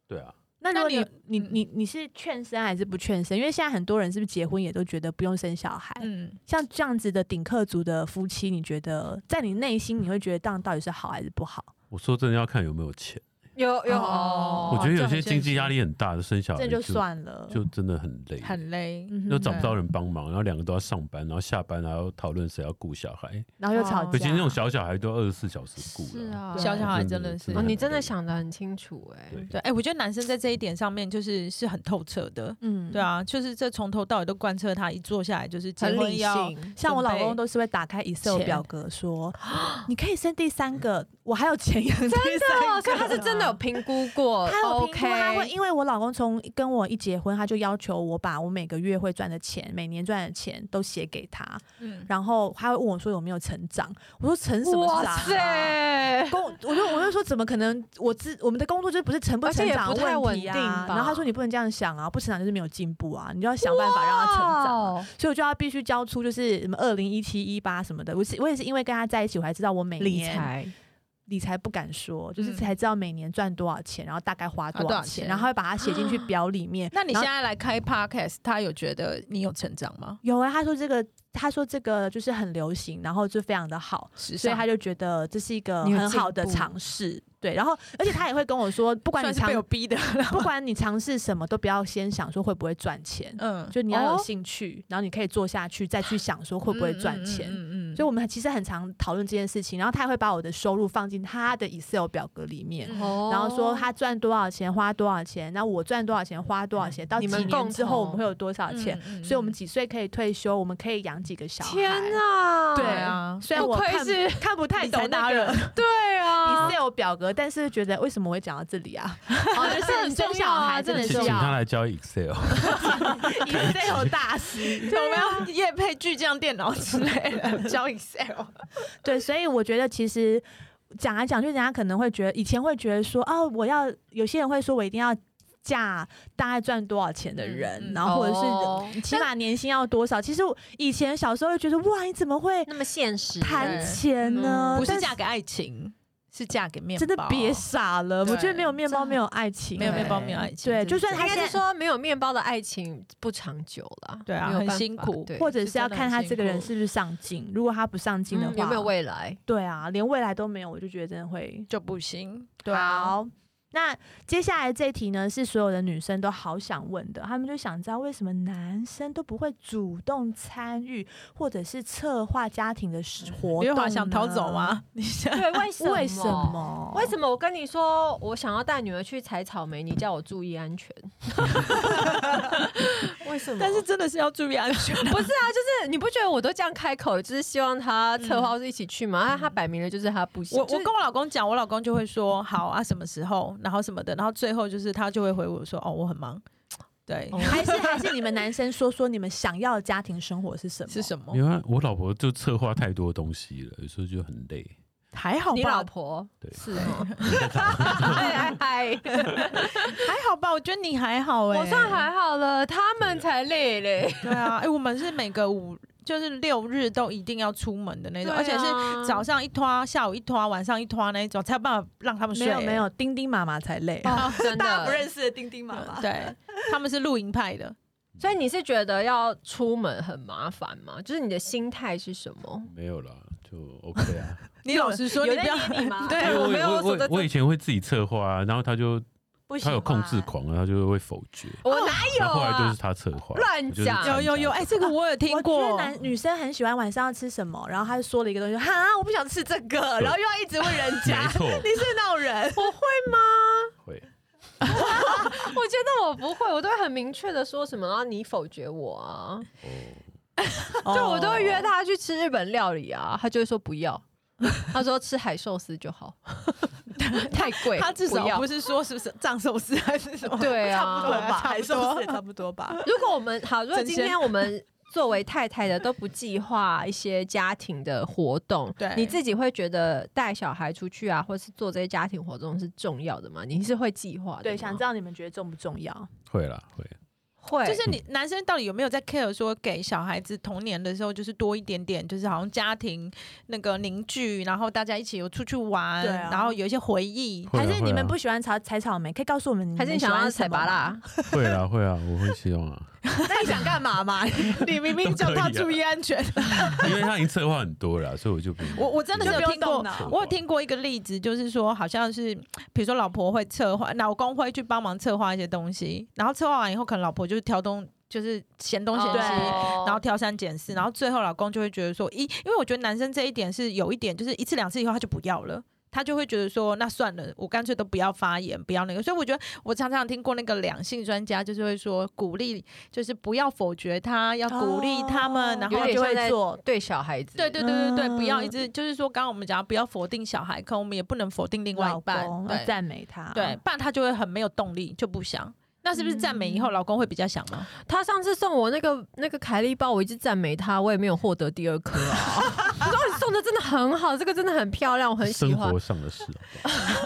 Speaker 4: 对啊，
Speaker 1: 那如
Speaker 3: 那
Speaker 1: 果你
Speaker 3: 你有
Speaker 1: 你
Speaker 3: 嗯
Speaker 1: 你你是劝生还是不劝生？因为现在很多人是不是结婚也都觉得不用生小孩？
Speaker 3: 嗯，
Speaker 1: 像这样子的顶客族的夫妻，你觉得在你内心你会觉得这样到底是好还是不好？
Speaker 4: 我说真的要看有没有钱。
Speaker 2: 有有，
Speaker 1: 哦
Speaker 4: 我觉得有
Speaker 3: 这
Speaker 4: 些
Speaker 3: 很
Speaker 4: 经
Speaker 3: 现
Speaker 4: 济压力很大的生小孩
Speaker 1: 这就算了，
Speaker 4: 就真的很累，
Speaker 3: 很累。
Speaker 1: 嗯哼
Speaker 4: 又找不到人帮忙，然后两个都要上班，然后下班还要讨论谁要顾小孩，
Speaker 1: 然后又吵
Speaker 3: 哦
Speaker 4: 尤
Speaker 1: 架。
Speaker 4: 其那种小小孩都二十四小时顾了。啊
Speaker 1: 对
Speaker 3: 啊小小孩真的是
Speaker 4: 真
Speaker 2: 啊哦，
Speaker 4: 的
Speaker 2: 你真的想得很清楚哎、
Speaker 4: 对
Speaker 3: 对，哎，我觉得男生在这一点上面就是是很透彻的。
Speaker 1: 嗯
Speaker 3: 对。啊，就是这从头到尾都贯彻他一坐下来就是结
Speaker 2: 很
Speaker 3: 婚
Speaker 2: 理
Speaker 3: 要
Speaker 2: 性。哦
Speaker 1: 像我老
Speaker 3: 准备
Speaker 1: 公都是会打开 Excel
Speaker 3: 钱
Speaker 1: 表格说，你可以生第三个，我还有钱养第
Speaker 2: 哦，
Speaker 1: 三
Speaker 2: 所
Speaker 1: 个。
Speaker 2: 以他是真的有评估过，
Speaker 1: 他有评估，他会
Speaker 2: OK，
Speaker 1: 因为我老公从跟我一结婚，他就要求我把我每个月会赚的钱、每年赚的钱都写给他，
Speaker 3: 嗯，
Speaker 1: 然后他会问我说有没有成长，我说成什么长、啊？ *laughs*
Speaker 2: 塞，
Speaker 1: 工，我就我就说怎么可能？我自我们的工作就是不是成不
Speaker 2: 而且
Speaker 1: 成
Speaker 2: 也
Speaker 1: 长
Speaker 2: 不
Speaker 1: 的
Speaker 2: 太
Speaker 1: 问题
Speaker 2: 稳定
Speaker 1: 啊。
Speaker 2: 吧
Speaker 1: 然后他说你不能这样想啊，不成长就是没有进步啊，你就要想办法让他成长。啊
Speaker 2: 哇哦，
Speaker 1: 所以我就要必须交出就是什么二零一七一八什么的。我是我也是因为跟他在一起，我才知道我每
Speaker 2: 理
Speaker 1: 年
Speaker 2: 财
Speaker 1: 理财不敢说，就是
Speaker 3: 嗯
Speaker 1: 才知道每年赚多少钱，然后大概
Speaker 2: 啊
Speaker 1: 花多
Speaker 3: 多
Speaker 1: 少
Speaker 3: 少
Speaker 1: 钱，
Speaker 3: 钱。
Speaker 1: 然后会把它写进去表里面
Speaker 3: 那你
Speaker 1: 然
Speaker 3: 现
Speaker 1: 后
Speaker 3: 在来开 podcast，他有觉得你有成长吗？
Speaker 1: 有啊、他说这个，他说这个就是很流行，然后就非常的好。
Speaker 3: 时
Speaker 1: 所以
Speaker 3: 尚
Speaker 1: 他就觉得这是一个
Speaker 2: 啊你有
Speaker 1: 很
Speaker 2: 进
Speaker 1: 好的
Speaker 2: 步
Speaker 1: 尝试，对。然后，而且他也会跟我说，不管你
Speaker 3: 算是
Speaker 1: 尝
Speaker 3: 被我逼的，
Speaker 1: *laughs* 不管你尝试什么，都不要先想说会不会赚钱，
Speaker 3: 嗯，
Speaker 1: 就你要有
Speaker 2: 哦
Speaker 1: 兴趣，然后你可以做下去，再去想说会不会赚钱。
Speaker 3: 嗯
Speaker 1: 所以我们其实很常讨论这件事情，然后他也会把我的收入放进他的 Excel 表格里面。
Speaker 3: 嗯
Speaker 2: 哦
Speaker 1: 然后说他赚多少钱，花多少钱，然后我赚多少钱，花多少钱，到
Speaker 2: 你
Speaker 1: 几
Speaker 2: 们
Speaker 1: 年
Speaker 2: 共
Speaker 1: 之后我
Speaker 2: 同
Speaker 1: 们会有多少钱，
Speaker 3: 嗯嗯
Speaker 1: 所以我们
Speaker 3: 嗯
Speaker 1: 几岁可以退休，我们可以养几个小孩。
Speaker 2: 天哪，
Speaker 1: 对
Speaker 3: 对啊
Speaker 1: 虽然
Speaker 2: 不
Speaker 1: 我
Speaker 2: 愧
Speaker 1: 看
Speaker 2: 是
Speaker 1: 看不太
Speaker 3: 理
Speaker 1: 懂
Speaker 3: 财
Speaker 1: 那
Speaker 3: 达
Speaker 1: 个
Speaker 3: 人，
Speaker 2: 对啊，
Speaker 1: Excel 表格，但是觉得为什么我会讲到这里啊
Speaker 2: 哦
Speaker 1: 就是
Speaker 2: 这很
Speaker 1: 中
Speaker 2: 重
Speaker 1: 小
Speaker 2: 要啊，
Speaker 1: 孩
Speaker 2: 这
Speaker 1: 真的
Speaker 2: 很
Speaker 1: 是
Speaker 4: 请
Speaker 2: 重
Speaker 1: 要
Speaker 4: 请他
Speaker 2: 要。哦
Speaker 4: 来教 Excel，
Speaker 3: *laughs*
Speaker 1: ？Excel 大师，
Speaker 3: 有没有夜配巨匠电脑之类的教 Excel？
Speaker 1: *laughs* 对，所以我觉得其实讲来讲去，人家可能会觉得以前会觉得说，哦，我要有些人会说我一定要嫁大概赚多少钱的人，
Speaker 3: 嗯嗯
Speaker 1: 然后或者是、
Speaker 2: 哦
Speaker 1: 你起码年薪要多少。其实我以前小时候会觉得，哇，你怎么会
Speaker 2: 那么现实，
Speaker 1: 谈
Speaker 5: 对
Speaker 1: 钱呢？
Speaker 3: 哎嗯不是
Speaker 1: 呃但
Speaker 3: 嫁给爱情，是嫁给面包。
Speaker 1: 真的别傻了，我觉
Speaker 5: 对
Speaker 1: 得没有面包没有爱情，欸
Speaker 3: 没有
Speaker 5: 对
Speaker 3: 面包，没有爱情。
Speaker 1: 对
Speaker 3: 真的
Speaker 1: 就算
Speaker 2: 应
Speaker 1: 他
Speaker 2: 该是
Speaker 1: 现在
Speaker 2: 说没有面包的爱情不长久了。
Speaker 3: 对啊
Speaker 2: 没有办法
Speaker 3: 很辛苦
Speaker 2: 对
Speaker 1: 或者是要看他这个人
Speaker 2: 是
Speaker 1: 是不是上
Speaker 3: 嗯
Speaker 1: 进。如果他不上进的
Speaker 2: 真的很
Speaker 1: 话，
Speaker 2: 辛苦嗯有没有未来。
Speaker 1: 对啊，连未来都没有，我就觉得真的会
Speaker 3: 就不行，对啊，
Speaker 1: 好，那接下来这一题呢，是所有的女生都好想问的，她们就想知道为什么男生都不会主动参与或者是策划家庭的时活
Speaker 3: 刘
Speaker 1: 动
Speaker 3: 德华
Speaker 1: 呢？
Speaker 3: 想逃走啊
Speaker 1: *laughs*
Speaker 3: 吗？你想
Speaker 2: 对，为什么？
Speaker 1: 为什？
Speaker 3: 哦
Speaker 1: 么？
Speaker 2: 为什么我跟你说我想要带女儿去采草莓，你叫我注意安
Speaker 3: *laughs*
Speaker 2: 全？为什么？
Speaker 3: 但是真的是要注意安全。
Speaker 2: 不是啊？就是你不觉得我都这样开口，就是希望他策划或是一起去吗？啊他摆明了就是他不
Speaker 3: *laughs* 嗯
Speaker 2: 行。
Speaker 3: 我
Speaker 2: 就
Speaker 3: 我
Speaker 2: 是
Speaker 3: 跟我老公讲，我老公就会说好啊，什么时候，然后什么的，然后最后就是他就会回我说哦，我很忙。对，
Speaker 2: 哦
Speaker 1: 还是还是你们男生说说你们想要的家庭生活是什么？
Speaker 3: 是什么
Speaker 4: 你？看我老婆就策划太多东西了，有时候就很累。
Speaker 3: 还好
Speaker 2: 你
Speaker 3: 吧
Speaker 2: 老，婆
Speaker 4: 对
Speaker 2: 是吗？ *laughs* 哎哎
Speaker 3: *laughs*
Speaker 2: 哎！
Speaker 3: 还好吧？我觉得你还好哎，
Speaker 2: 我算还好了，他们才累嘞。
Speaker 3: 对啊，哎、我们是每个五就是六日都一定要出门的那种，
Speaker 2: 对啊
Speaker 3: 而且是 *laughs* 早上一拖，下午一拖，晚上一拖那一种，才有办法让他们
Speaker 1: 没
Speaker 3: 睡、
Speaker 1: 有没，有，丁丁妈妈才累。
Speaker 2: 哦，真
Speaker 1: 大家不
Speaker 2: 的。
Speaker 1: 认识的丁丁妈妈，
Speaker 3: 对，他们是露营派的，
Speaker 2: 所以你是觉得要出门很麻烦吗？就是你的心态是什么？
Speaker 4: 没有啦，就 OK *laughs* 啊。
Speaker 3: 你老实说，
Speaker 2: 有
Speaker 3: 你
Speaker 2: 在
Speaker 3: 不要
Speaker 2: 黏你吗？
Speaker 4: 因为
Speaker 3: 对
Speaker 4: 我
Speaker 2: 没有
Speaker 4: 我
Speaker 2: 说
Speaker 4: 我
Speaker 2: 的。
Speaker 4: 我以前会自己策划啊，然后他就
Speaker 1: *laughs* 不
Speaker 4: 他有控制
Speaker 1: 狂。
Speaker 4: 狂啊，他就会否决。
Speaker 2: 我哪有
Speaker 4: 然后后来就
Speaker 2: 啊
Speaker 4: 是？他策划，
Speaker 2: 乱
Speaker 4: 我就是
Speaker 2: 讲
Speaker 4: 参加
Speaker 3: 有有有，哎、这个我有听
Speaker 1: 我觉得
Speaker 3: 过，
Speaker 1: 男女生很喜欢晚上要吃什么，然后他就说了一个东西，哈，我不想吃这个，然后又要一直问人家，
Speaker 4: *laughs* 没 *laughs* 错
Speaker 1: 你是那种人，
Speaker 2: 我会吗？
Speaker 4: 会
Speaker 2: 我觉得我不会，我都会很明确的说什么，然后你否决我啊。
Speaker 4: 哦，
Speaker 2: 就
Speaker 3: 哦
Speaker 2: 我都会约他去吃日本料理啊，他就会说不要，他说吃海寿司就好， *laughs* 太贵，
Speaker 3: 他至
Speaker 2: 不
Speaker 3: 少
Speaker 2: 要
Speaker 3: 不。是说是不是藏寿司还是什么？
Speaker 2: 对啊，
Speaker 1: 差不多吧，
Speaker 3: 差
Speaker 1: 还
Speaker 3: 不
Speaker 1: 是
Speaker 3: 多
Speaker 1: 也差不多吧。
Speaker 2: 如果我们好，如果
Speaker 3: 整
Speaker 2: 今
Speaker 3: 间
Speaker 2: 天我们作为太太的都不计划一些家庭的活动，
Speaker 4: 哎
Speaker 3: 对
Speaker 2: 你自己会觉得带小孩出去啊，或是做这些家庭活动是重要的吗？你是会计划的吗？
Speaker 1: *laughs* 对，想知道你们觉得重不重要？
Speaker 4: 会啦，会。
Speaker 2: 会，
Speaker 3: 就是你男生到底有没有在 care 说给小孩子童年的时候就是多一点点，就是好像家庭那个凝聚，然后大家一起有出去玩，
Speaker 1: 对啊
Speaker 3: 然后有一些回忆，
Speaker 4: 会啊
Speaker 1: 还是你
Speaker 4: 会
Speaker 1: 们
Speaker 4: 啊
Speaker 1: 不喜欢采采草莓？可以告诉我们你们
Speaker 2: 还是你
Speaker 1: 喜
Speaker 2: 想
Speaker 1: 欢
Speaker 2: 要
Speaker 1: 什
Speaker 2: 采
Speaker 1: 么
Speaker 2: 拔啦
Speaker 1: 吗？？
Speaker 4: 会啦，会啊，我会希望啊，
Speaker 1: *laughs* 那你想干嘛嘛？
Speaker 3: 你明明叫他注意安全，
Speaker 4: 因为他已经策划很多了，啊所以我就不用
Speaker 3: *laughs* 我我真的
Speaker 1: 就是不
Speaker 3: 有
Speaker 1: 用
Speaker 3: 听过
Speaker 1: 动，脑。
Speaker 3: 我有听过一个例子，就是说好像是，比如说老婆会策划，老公会去帮忙策划一些东西，然后策划完以后，可能老婆就是挑东，就是嫌东嫌
Speaker 1: 对
Speaker 3: 西。
Speaker 2: 哦
Speaker 3: 然后挑三拣四，然后最后老公就会觉得说，一，因为我觉得男生这一点是有一点，就是一次两次以后他就不要了，他就会觉得说，那算了，我干脆都不要发言，不要那个。所以我觉得我常常听过那个两性专家就是会说，鼓励就是不要否决他，要鼓励他们，
Speaker 1: 哦
Speaker 3: 然
Speaker 2: 有
Speaker 3: 后
Speaker 2: 点
Speaker 1: 就
Speaker 2: 像
Speaker 1: 会
Speaker 2: 在
Speaker 1: 做
Speaker 2: 对小孩子，
Speaker 3: 对对对对对，不要一
Speaker 1: 嗯
Speaker 3: 直就是说，刚刚我们讲不要否定小孩，可我们也不能否定另外
Speaker 1: 老
Speaker 3: 一半
Speaker 1: 公，啊要
Speaker 3: 对
Speaker 1: 赞美他，
Speaker 3: 对，，不然他就会很没有动力，就不想。那是不是赞美以后，老公会比较想吗？
Speaker 2: 他上次送我那个那个凯利包，我一直赞美他，我也没有获得第二颗啊。 *laughs* 你说你送的真的很好，这个真的很漂亮，我很喜
Speaker 4: 生
Speaker 2: 欢 *laughs*
Speaker 4: 活，上的事啊好不好，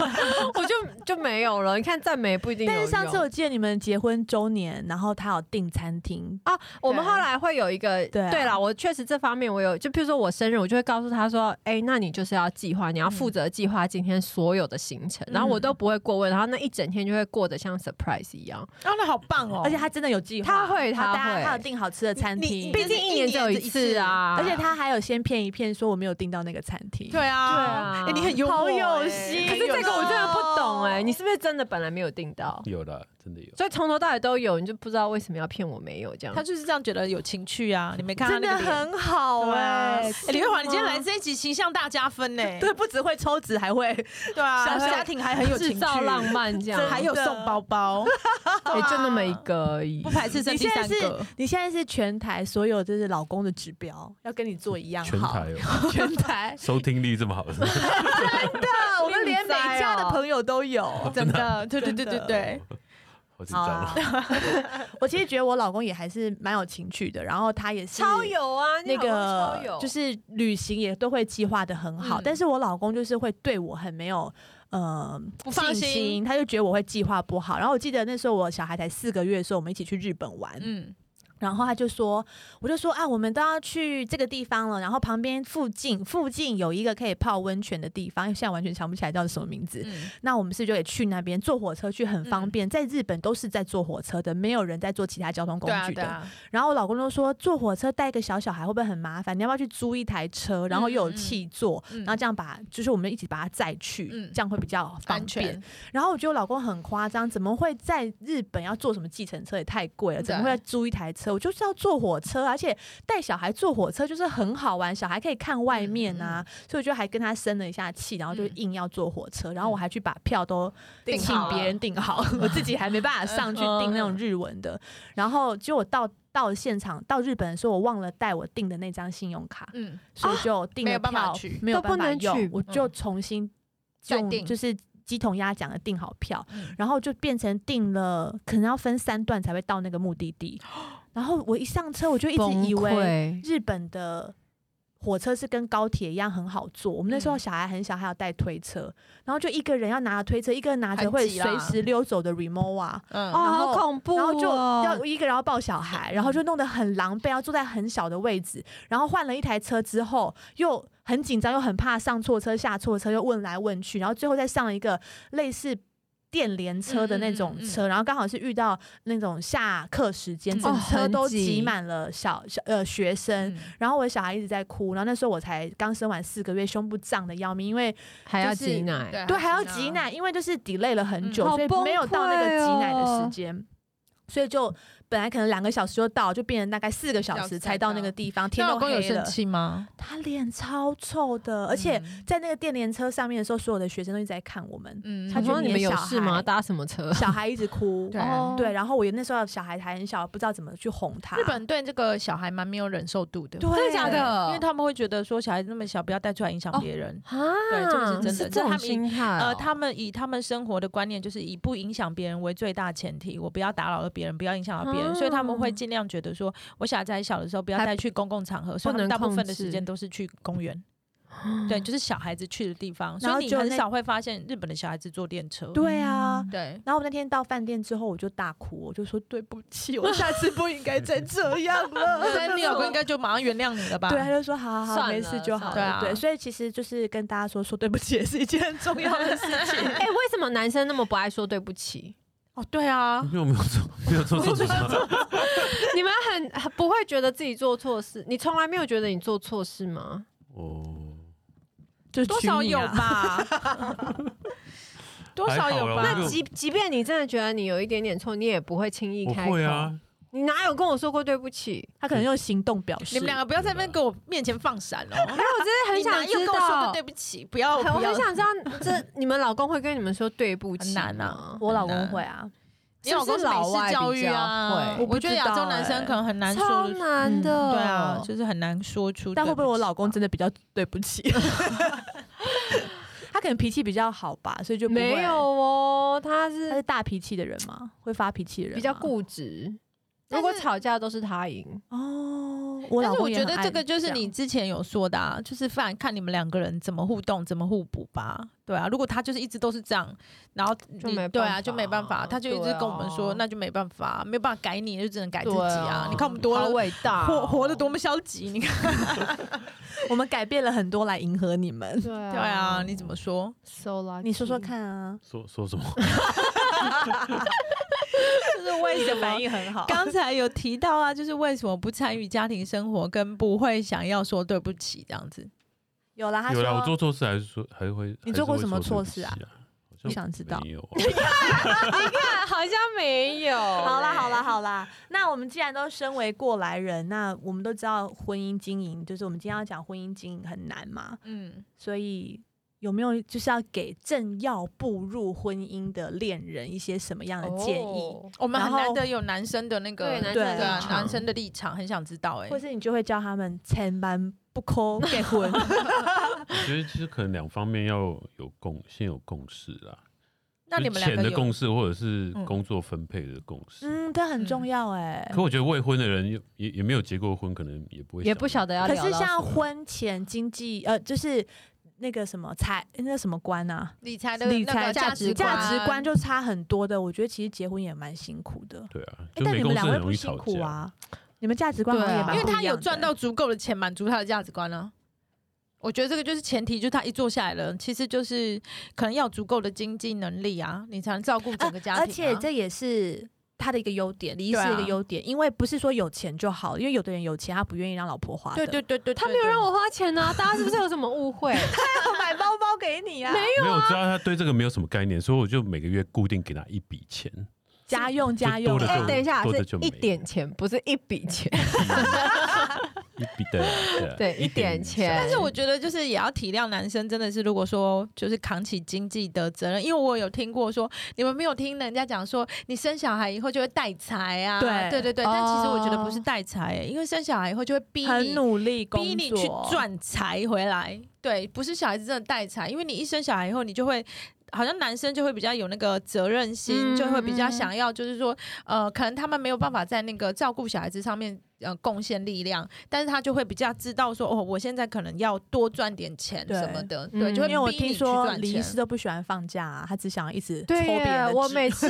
Speaker 2: 我就就没有了。你看赞美不一定有
Speaker 1: 但
Speaker 2: 用。
Speaker 1: 是上次我记得你们结婚周年，然后他有订餐厅，
Speaker 2: 啊，我们
Speaker 1: 对
Speaker 2: 后来会有一个，
Speaker 1: 对啊
Speaker 2: 对啦，我确实这方面我有，就譬如说我生日，我就会告诉他说，哎、那你就是要计划，你要负责计划今天所有的行程，然后我都不会过问，然后那一整天就会过得像 surprise 一样。
Speaker 3: 啊，那好棒哦！
Speaker 1: 而且他真的有计划，
Speaker 2: 他会
Speaker 1: 然后
Speaker 2: 他
Speaker 1: 大
Speaker 2: 会
Speaker 1: 家他有订好吃的餐厅
Speaker 3: 你，
Speaker 2: 毕竟
Speaker 3: 就是
Speaker 2: 一
Speaker 3: 一
Speaker 2: 年
Speaker 3: 年
Speaker 2: 只有
Speaker 3: 只
Speaker 2: 一
Speaker 3: 一
Speaker 2: 次
Speaker 3: 次
Speaker 2: 啊，
Speaker 1: 而且他还有先骗一骗说我没有订到那个餐厅，
Speaker 3: 对啊，
Speaker 2: 对啊
Speaker 3: 哎，你很幽默，
Speaker 1: 好有
Speaker 3: 哎
Speaker 1: 心
Speaker 2: 可
Speaker 3: 很
Speaker 2: 是
Speaker 3: 有
Speaker 2: 这个我真
Speaker 3: 心
Speaker 2: 的不懂哎、你是不是真的本来没有订到？
Speaker 4: 有啦，真的有。
Speaker 2: 所以从头到尾都有，你就不知道为什么要骗我没有这样。
Speaker 3: 他就是这样觉得有情趣啊，你没看他
Speaker 1: 真的
Speaker 3: 那个脸。
Speaker 1: 很好
Speaker 3: 对啊
Speaker 1: 哎、
Speaker 3: 哎李
Speaker 1: 慧
Speaker 3: 慧华，你今天来这一集形象大加分
Speaker 2: 哎
Speaker 3: 呢。
Speaker 1: 对，不只会抽纸，还会
Speaker 3: 对啊，
Speaker 1: 小
Speaker 3: 家庭还很有
Speaker 2: 制
Speaker 3: 情趣，
Speaker 2: 造浪漫这样，哎
Speaker 3: 还有
Speaker 1: 真的
Speaker 3: 送包包，
Speaker 2: 也、就那么一个而已
Speaker 3: 不。排斥生
Speaker 1: 你
Speaker 3: 第
Speaker 1: 现在
Speaker 3: 三
Speaker 1: 是
Speaker 3: 个。
Speaker 1: 你现在是全台所有就是老公的指标，要跟你做一样
Speaker 4: 全
Speaker 1: 好。
Speaker 4: 台哦，
Speaker 1: 全台
Speaker 4: 收听率这么好，是不是
Speaker 1: 啊真的，我们连每家的朋友都
Speaker 4: *laughs*
Speaker 1: 有。
Speaker 5: 真的，对对对对
Speaker 1: 真的
Speaker 5: 对，
Speaker 4: 好紧
Speaker 1: 好
Speaker 4: 张
Speaker 1: 啊
Speaker 4: 啊！
Speaker 1: *laughs* 我其实觉得我老公也还是蛮有情趣的，然后他也是
Speaker 2: 超有啊，
Speaker 1: 那
Speaker 2: 超
Speaker 1: 个
Speaker 2: 有，
Speaker 1: 就是旅行也都会计划的很好，
Speaker 2: 嗯
Speaker 1: 但是我老公就是会对我很没有。呃，
Speaker 3: 不放
Speaker 1: 信
Speaker 3: 心
Speaker 1: 心，他就觉得我会计划不好。然后我记得那时候我小孩才四个月的时候，我们一起去日本玩，
Speaker 5: 嗯，
Speaker 1: 然后他就说，我就说啊，我们都要去这个地方了，然后旁边附近附近有一个可以泡温泉的地方，因为现在完全想不起来叫什么名字。
Speaker 5: 嗯
Speaker 1: 那我们是不是就得去那边坐火车去，很方便。在日本都是在坐火车的，没有人在坐其他交通工
Speaker 5: 对啊
Speaker 1: 具的。
Speaker 5: 对啊，
Speaker 1: 然后我老公就说，坐火车带一个小小孩会不会很麻烦？你要不要去租一台车，然后又有
Speaker 5: 嗯嗯
Speaker 1: 气座，
Speaker 5: 嗯
Speaker 1: 然后这样把就是我们一起把他载去，
Speaker 5: 嗯
Speaker 1: 这样会比较方
Speaker 5: 安
Speaker 1: 便
Speaker 5: 全。，
Speaker 1: 然后我觉得我老公很夸张，怎么会在日本要坐什么计程车也太贵了，
Speaker 5: 对
Speaker 1: 怎么会租一台车？我就是要坐火车，而且带小孩坐火车就是很好玩，小孩可以看外面啊，所以我就还跟他生了一下气，然后就
Speaker 5: 嗯
Speaker 1: 硬要坐火车，然后我还去把票都
Speaker 5: 订
Speaker 1: 请
Speaker 5: 好嗯
Speaker 1: 别人订好，我自己还没办法上去订那种日文的，然后结果到。到现场到日本的时候，我忘了带我订的那张信用卡，
Speaker 5: 嗯，
Speaker 1: 所以就订
Speaker 5: 没
Speaker 1: 了
Speaker 5: 有办法
Speaker 1: 票
Speaker 5: 去嗯
Speaker 1: 没有
Speaker 2: 都
Speaker 1: 办
Speaker 2: 不
Speaker 1: 法
Speaker 2: 能
Speaker 1: 用
Speaker 2: 去，
Speaker 1: 我就重新
Speaker 5: 再
Speaker 1: 用
Speaker 5: 订
Speaker 1: 就是鸡同鸭讲的订好票，
Speaker 5: 嗯
Speaker 1: 然后就变成订了，可能要分三段才会到那个目的
Speaker 5: *gasps*
Speaker 1: 地。然后我一上车，我就一直以为日本的火车是跟高铁一样很好坐。我们那时候
Speaker 5: 嗯
Speaker 1: 小孩很小，还要带推车，然后就一个人要拿着推车，一个人拿着会
Speaker 5: 很挤啦
Speaker 1: 随时溜走的 remote 啊。
Speaker 5: 嗯
Speaker 2: 哦，好恐怖哦，
Speaker 1: 然后就要一个人要抱小孩，然后就弄得很狼狈，要坐在很小的位置，然后换了一台车之后又很紧张，又很怕上错车下错车，又问来问去，然后最后再上一个类似。电联车的那
Speaker 2: 嗯
Speaker 1: 种车，然后刚好是遇到那种下课时间，
Speaker 5: 嗯
Speaker 1: 整
Speaker 2: 哦
Speaker 1: 车
Speaker 2: 很
Speaker 1: 都
Speaker 2: 挤
Speaker 1: 挤满了小小呃学生，
Speaker 5: 嗯
Speaker 1: 然后我的小孩一直在哭，然后那时候我才刚生完四个月，胸部胀的要命，因为
Speaker 2: 还要
Speaker 1: 就是
Speaker 2: 挤奶，
Speaker 1: 对，还要挤，奶，因为就是 delay 了很久，
Speaker 2: 嗯好
Speaker 1: 所以
Speaker 2: 崩
Speaker 1: 没有到那个
Speaker 2: 溃
Speaker 1: 挤奶的
Speaker 2: 哦
Speaker 1: 时间。所以就本来可能两个小时就到，就变成大概四个小
Speaker 5: 小
Speaker 1: 时
Speaker 5: 时
Speaker 1: 才
Speaker 5: 才
Speaker 1: 到
Speaker 5: 到
Speaker 1: 那个地方，
Speaker 3: 你
Speaker 1: 天
Speaker 3: 老
Speaker 1: 都
Speaker 3: 公有
Speaker 1: 黑
Speaker 3: 生
Speaker 1: 了。
Speaker 3: 气吗？
Speaker 1: 他脸超臭的，而且
Speaker 5: 嗯
Speaker 1: 在那个电联车上面的时候，所有的学生都一直在看我们，
Speaker 5: 嗯，
Speaker 1: 他
Speaker 2: 他
Speaker 1: 觉得
Speaker 2: 说你们有事
Speaker 1: 小
Speaker 2: 吗？
Speaker 1: 孩
Speaker 2: 搭什么
Speaker 1: *laughs*
Speaker 2: 车？
Speaker 1: 小孩一直
Speaker 5: *laughs*
Speaker 1: 哭。
Speaker 5: 对
Speaker 3: 啊
Speaker 2: 哦
Speaker 1: 对，然后我那时候小孩还很小，不知道怎么去哄他。
Speaker 5: 日本对这个小孩蛮没有忍受度的，
Speaker 1: 啊对真的假的
Speaker 3: 因为他们会觉得说小孩子那么小，不要带出来影响别人。
Speaker 2: 啊，
Speaker 3: 对这个是真的
Speaker 2: 是
Speaker 3: 就
Speaker 2: 这
Speaker 3: 他
Speaker 2: 种
Speaker 3: 们
Speaker 2: 心态哦。
Speaker 3: 呃， *laughs* 他们以他们生活的观念，就是以不影响别人为最大前提，我不要打扰了别人，不要影响到别
Speaker 5: 啊
Speaker 3: 人，所以他们会
Speaker 2: 嗯
Speaker 3: 尽量觉得说，我小孩子还小的时候不要
Speaker 2: 还
Speaker 3: 带去公共场合，所以他
Speaker 2: 不能
Speaker 3: 们大部分的
Speaker 2: 控制
Speaker 3: 时间都是去公园，对，就是小孩子去的地方，
Speaker 1: 嗯然后
Speaker 3: 所以你
Speaker 1: 就
Speaker 3: 很
Speaker 1: 那
Speaker 3: 少会发现日本的小孩子坐电车。
Speaker 1: 对啊，
Speaker 5: 对，
Speaker 1: 然后我那天到饭店之后，我就大哭，我就说对不起，我下次不应该再这样了。
Speaker 5: *laughs*
Speaker 3: 所以你老公应该就马上原谅你了吧？
Speaker 1: 对，他啊就说好好好，
Speaker 2: 算
Speaker 1: 没
Speaker 2: 了
Speaker 1: 事就好
Speaker 2: 算
Speaker 1: 了。
Speaker 5: 了
Speaker 1: 对，所以其实就是跟大家说说对不起也是一件很重要的事情。
Speaker 2: 哎，为什么男生那么不爱说对不起？ *laughs*
Speaker 3: 哦，对啊，
Speaker 4: 没有没有做没有做错什么，
Speaker 2: 你们很很不会觉得自己做错事？你从来没有觉得你做错事吗？
Speaker 4: 哦，
Speaker 1: *laughs* 就
Speaker 3: *laughs* 多少有
Speaker 1: 啊
Speaker 3: 吧，啊 *laughs* 多少有
Speaker 4: 还好啦
Speaker 3: 吧
Speaker 4: 我就。
Speaker 2: 即即便你真的觉得你有一点点错，你也不会轻易
Speaker 4: 我
Speaker 2: 开口。
Speaker 4: 会啊，
Speaker 2: 你哪有跟我说过对不起？
Speaker 1: 他可能用行动表
Speaker 3: 你
Speaker 1: 示
Speaker 3: 们。两个不要在那边给我面前放闪哦！
Speaker 2: 没有，我真
Speaker 5: 你
Speaker 2: 的
Speaker 5: 哪
Speaker 2: 很想
Speaker 5: 有
Speaker 2: 知
Speaker 5: 跟我说过
Speaker 2: 道
Speaker 5: 对。不起，不要
Speaker 2: 很我
Speaker 5: 不要
Speaker 2: 很，想知道，这你们老公会跟你们说对不起
Speaker 3: 很难
Speaker 2: 啊？
Speaker 1: 我老公会啊，
Speaker 3: 因为我
Speaker 2: 是不
Speaker 3: 公
Speaker 2: 是
Speaker 3: 是美
Speaker 2: 老外
Speaker 3: 式教育啊
Speaker 2: 比较，
Speaker 1: 会
Speaker 3: 我觉得亚洲男生可能很难
Speaker 2: 超
Speaker 3: 说得出，
Speaker 2: 难的，
Speaker 3: 对啊，就是很难说出。
Speaker 1: 但会不会我
Speaker 3: 对
Speaker 1: 老公
Speaker 3: 起
Speaker 1: 真的比较对不起？ *laughs* 他可能脾气比较好吧，所以就不会
Speaker 2: 没有。哦，
Speaker 1: 他
Speaker 2: 他
Speaker 1: 是
Speaker 2: 是
Speaker 1: 大脾气的人嘛，会发脾气的人吗，啊
Speaker 2: 比较固执。
Speaker 5: 但
Speaker 2: 如
Speaker 5: 是
Speaker 2: 果吵架都是他赢，
Speaker 1: 哦。我
Speaker 3: 但
Speaker 1: 老
Speaker 3: 是
Speaker 1: 公
Speaker 3: 我
Speaker 1: 也
Speaker 3: 觉
Speaker 1: 很
Speaker 3: 得
Speaker 1: 爱
Speaker 3: 这个就是
Speaker 1: 样
Speaker 3: 你之前有说的啊，就是看看你们两个人怎么互动、怎么互补吧。对啊，如果他就是一直都是这样，然后
Speaker 2: 就
Speaker 3: 你
Speaker 2: 没
Speaker 3: 对
Speaker 2: 办
Speaker 3: 啊，
Speaker 2: 法
Speaker 3: 就没办法，他就一直
Speaker 2: 对啊
Speaker 3: 跟我们说，那就没办法，没有办法改你，就只能改自己啊。你看我们多
Speaker 2: 好
Speaker 3: 了。
Speaker 2: 伟大
Speaker 3: *laughs*
Speaker 2: 哦，
Speaker 3: 活活得多么消极，你看，
Speaker 1: 我们改变了很多来迎合你们。
Speaker 2: 对啊
Speaker 3: 对啊，你怎
Speaker 5: *laughs*
Speaker 3: 么说？
Speaker 2: ，so lucky。
Speaker 1: 你说说，看啊，
Speaker 4: 说说什么？
Speaker 3: *laughs* 就是为什么？
Speaker 1: 应很好
Speaker 3: 刚才有提到啊，就是为什么不参与家庭生活，跟不会想要说对不起这样子？
Speaker 1: 有啦，他
Speaker 4: 有
Speaker 1: 说
Speaker 4: 啦，我做错事还是说还是会。
Speaker 1: 你做过
Speaker 4: 还是
Speaker 1: 什
Speaker 4: 会
Speaker 1: 么错
Speaker 4: 说对不
Speaker 1: 事啊
Speaker 4: 起啊？好像
Speaker 1: 我想知道
Speaker 4: 没有啊。
Speaker 2: *laughs* 好像没有。欸
Speaker 1: 好
Speaker 2: 好
Speaker 1: 啦，好啦，好啦。那我们既然都身为过来人，那我们都知道婚姻经营，就是我们今天要讲婚姻经营很难嘛，
Speaker 5: 嗯，
Speaker 1: 所以有没有就是要给正要步入婚姻的恋人一些什么样的建议？
Speaker 2: 哦
Speaker 5: 我们很
Speaker 1: 然后
Speaker 5: 难得有男生的那个
Speaker 2: 对
Speaker 1: 生
Speaker 2: 男
Speaker 1: 的
Speaker 5: 对啊
Speaker 1: 立
Speaker 2: 场
Speaker 5: 男生的立场，很想知道哎、
Speaker 3: 欸
Speaker 1: 或是你就会教他们千万不抠结婚，
Speaker 4: 我觉得其实可能两方面要有共，先有共识啦。
Speaker 5: 那你们
Speaker 4: 就是
Speaker 5: 两
Speaker 4: 钱
Speaker 5: 个
Speaker 4: 的
Speaker 5: 有
Speaker 4: 共识，或者是
Speaker 5: 嗯
Speaker 4: 工作分配的共识。
Speaker 1: 嗯，这很重要哎、
Speaker 4: 可我觉得未婚的人也也也没有结过婚，可能也不会
Speaker 1: 哎
Speaker 2: 也不晓得要
Speaker 1: 可
Speaker 2: 聊
Speaker 1: 是
Speaker 2: 到
Speaker 1: 像
Speaker 2: 什么
Speaker 1: 婚前经济呃，就是那个什么财那个什么观啊，
Speaker 5: 理财的
Speaker 1: 理
Speaker 5: 那
Speaker 1: 财
Speaker 5: 个价值
Speaker 1: 价值观就差很多的。我觉得其实结婚也蛮辛苦的，
Speaker 4: 对啊，
Speaker 1: 哎
Speaker 4: 就
Speaker 1: 但
Speaker 4: 没
Speaker 1: 你
Speaker 4: 共
Speaker 1: 们
Speaker 4: 识
Speaker 1: 两
Speaker 4: 很
Speaker 1: 位
Speaker 4: 容
Speaker 1: 不
Speaker 4: 易
Speaker 1: 辛
Speaker 4: 吵
Speaker 1: 苦
Speaker 4: 架。
Speaker 1: 啊，你们价值观好像
Speaker 2: 对啊
Speaker 1: 也蛮
Speaker 5: 因
Speaker 1: 不
Speaker 5: 为
Speaker 1: 一样的、
Speaker 5: 他有赚到足够的钱满足他的价值观呢、
Speaker 3: 啊我觉得这个就是前提，就是他一坐下来了，其实就是可能要有足够的经济能力啊，你才能照顾整个家庭、啊
Speaker 1: 而且这也是他的一个优点，离异是一个
Speaker 3: 对啊
Speaker 1: 优点，因为不是说有钱就好，因为有的人有钱他不愿意让老婆花的，
Speaker 3: 啊对对对对，
Speaker 2: 他没有让我花钱呢、大家是不是有什么误会？
Speaker 1: 我 *laughs* 买包包给你啊，
Speaker 4: 没有，我知道他对这个没有什么概念，所以我就每个月固定给他一笔钱。
Speaker 1: 家用家
Speaker 4: 就
Speaker 1: 用
Speaker 4: 多了
Speaker 1: 啊，
Speaker 2: 哎、
Speaker 4: 就
Speaker 2: 等一下，
Speaker 4: 多的
Speaker 2: 是
Speaker 4: 就没
Speaker 2: 一点钱，不是一笔钱。
Speaker 4: 一笔的，啊
Speaker 2: 对一点钱
Speaker 4: 小
Speaker 3: 但是我觉得就是也要体谅男生，真的是如果说就是扛起经济的责任，因为我有听过说你们没有听人家讲说你生小孩以后就会带财啊，
Speaker 1: 对
Speaker 3: 对对对，但其实我觉得
Speaker 2: 哦
Speaker 3: 不是带财、因为生小孩以后就会逼
Speaker 1: 很
Speaker 3: 你。
Speaker 1: 努力工作，
Speaker 3: 逼你去赚财回来，对，不是小孩子真的带财，因为你一生小孩以后，你就会好像男生就会比较有那个责任心，
Speaker 2: 嗯
Speaker 3: 就会比较想要，就是说，呃，可能他们没有办法在那个照顾小孩子上面呃贡献力量，但是他就会比较知道说，哦，我现在可能要多赚点钱
Speaker 1: 对
Speaker 3: 什么的，
Speaker 2: 嗯
Speaker 3: 对，就会
Speaker 1: 因为我
Speaker 3: 逼你
Speaker 1: 听
Speaker 3: 去
Speaker 1: 说
Speaker 3: 赚
Speaker 1: 李医
Speaker 3: 钱
Speaker 1: 师。都不喜欢放假、啊，他只想一直抽
Speaker 2: *laughs* 对
Speaker 1: 别人
Speaker 2: 耶
Speaker 1: 的，
Speaker 2: 我
Speaker 1: 脂
Speaker 2: 每次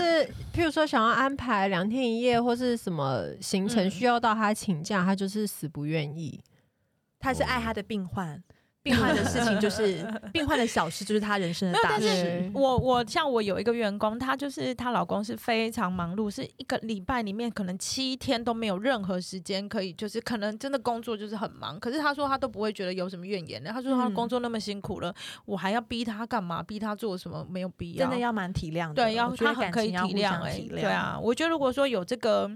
Speaker 2: 譬如说想要安排两天一夜或是什么行程
Speaker 3: 嗯
Speaker 2: 需要到他请假，他就是死不愿意。
Speaker 1: 他是爱他的病患，病患的事情就是
Speaker 3: *laughs*
Speaker 1: 病患的小事，就是他人生的大
Speaker 3: 但是
Speaker 1: 事。
Speaker 3: 我我像我有一个员工，她就是她老公是非常忙碌，是一个礼拜里面可能七天都没有任何时间可以，就是可能真的工作就是很忙。可是她说她都不会觉得有什么怨言的，她说她
Speaker 1: 嗯
Speaker 3: 工作那么辛苦了，我还要逼她干嘛？逼她做什么？没有必要，
Speaker 1: 真的要蛮体谅的，
Speaker 3: 对，要
Speaker 1: 我觉得
Speaker 3: 他很
Speaker 1: 感
Speaker 3: 可以
Speaker 1: 情要
Speaker 3: 体
Speaker 1: 互
Speaker 3: 谅
Speaker 1: 相
Speaker 3: 哎、
Speaker 1: 体谅。
Speaker 3: 对啊，，我觉得如果说有这个，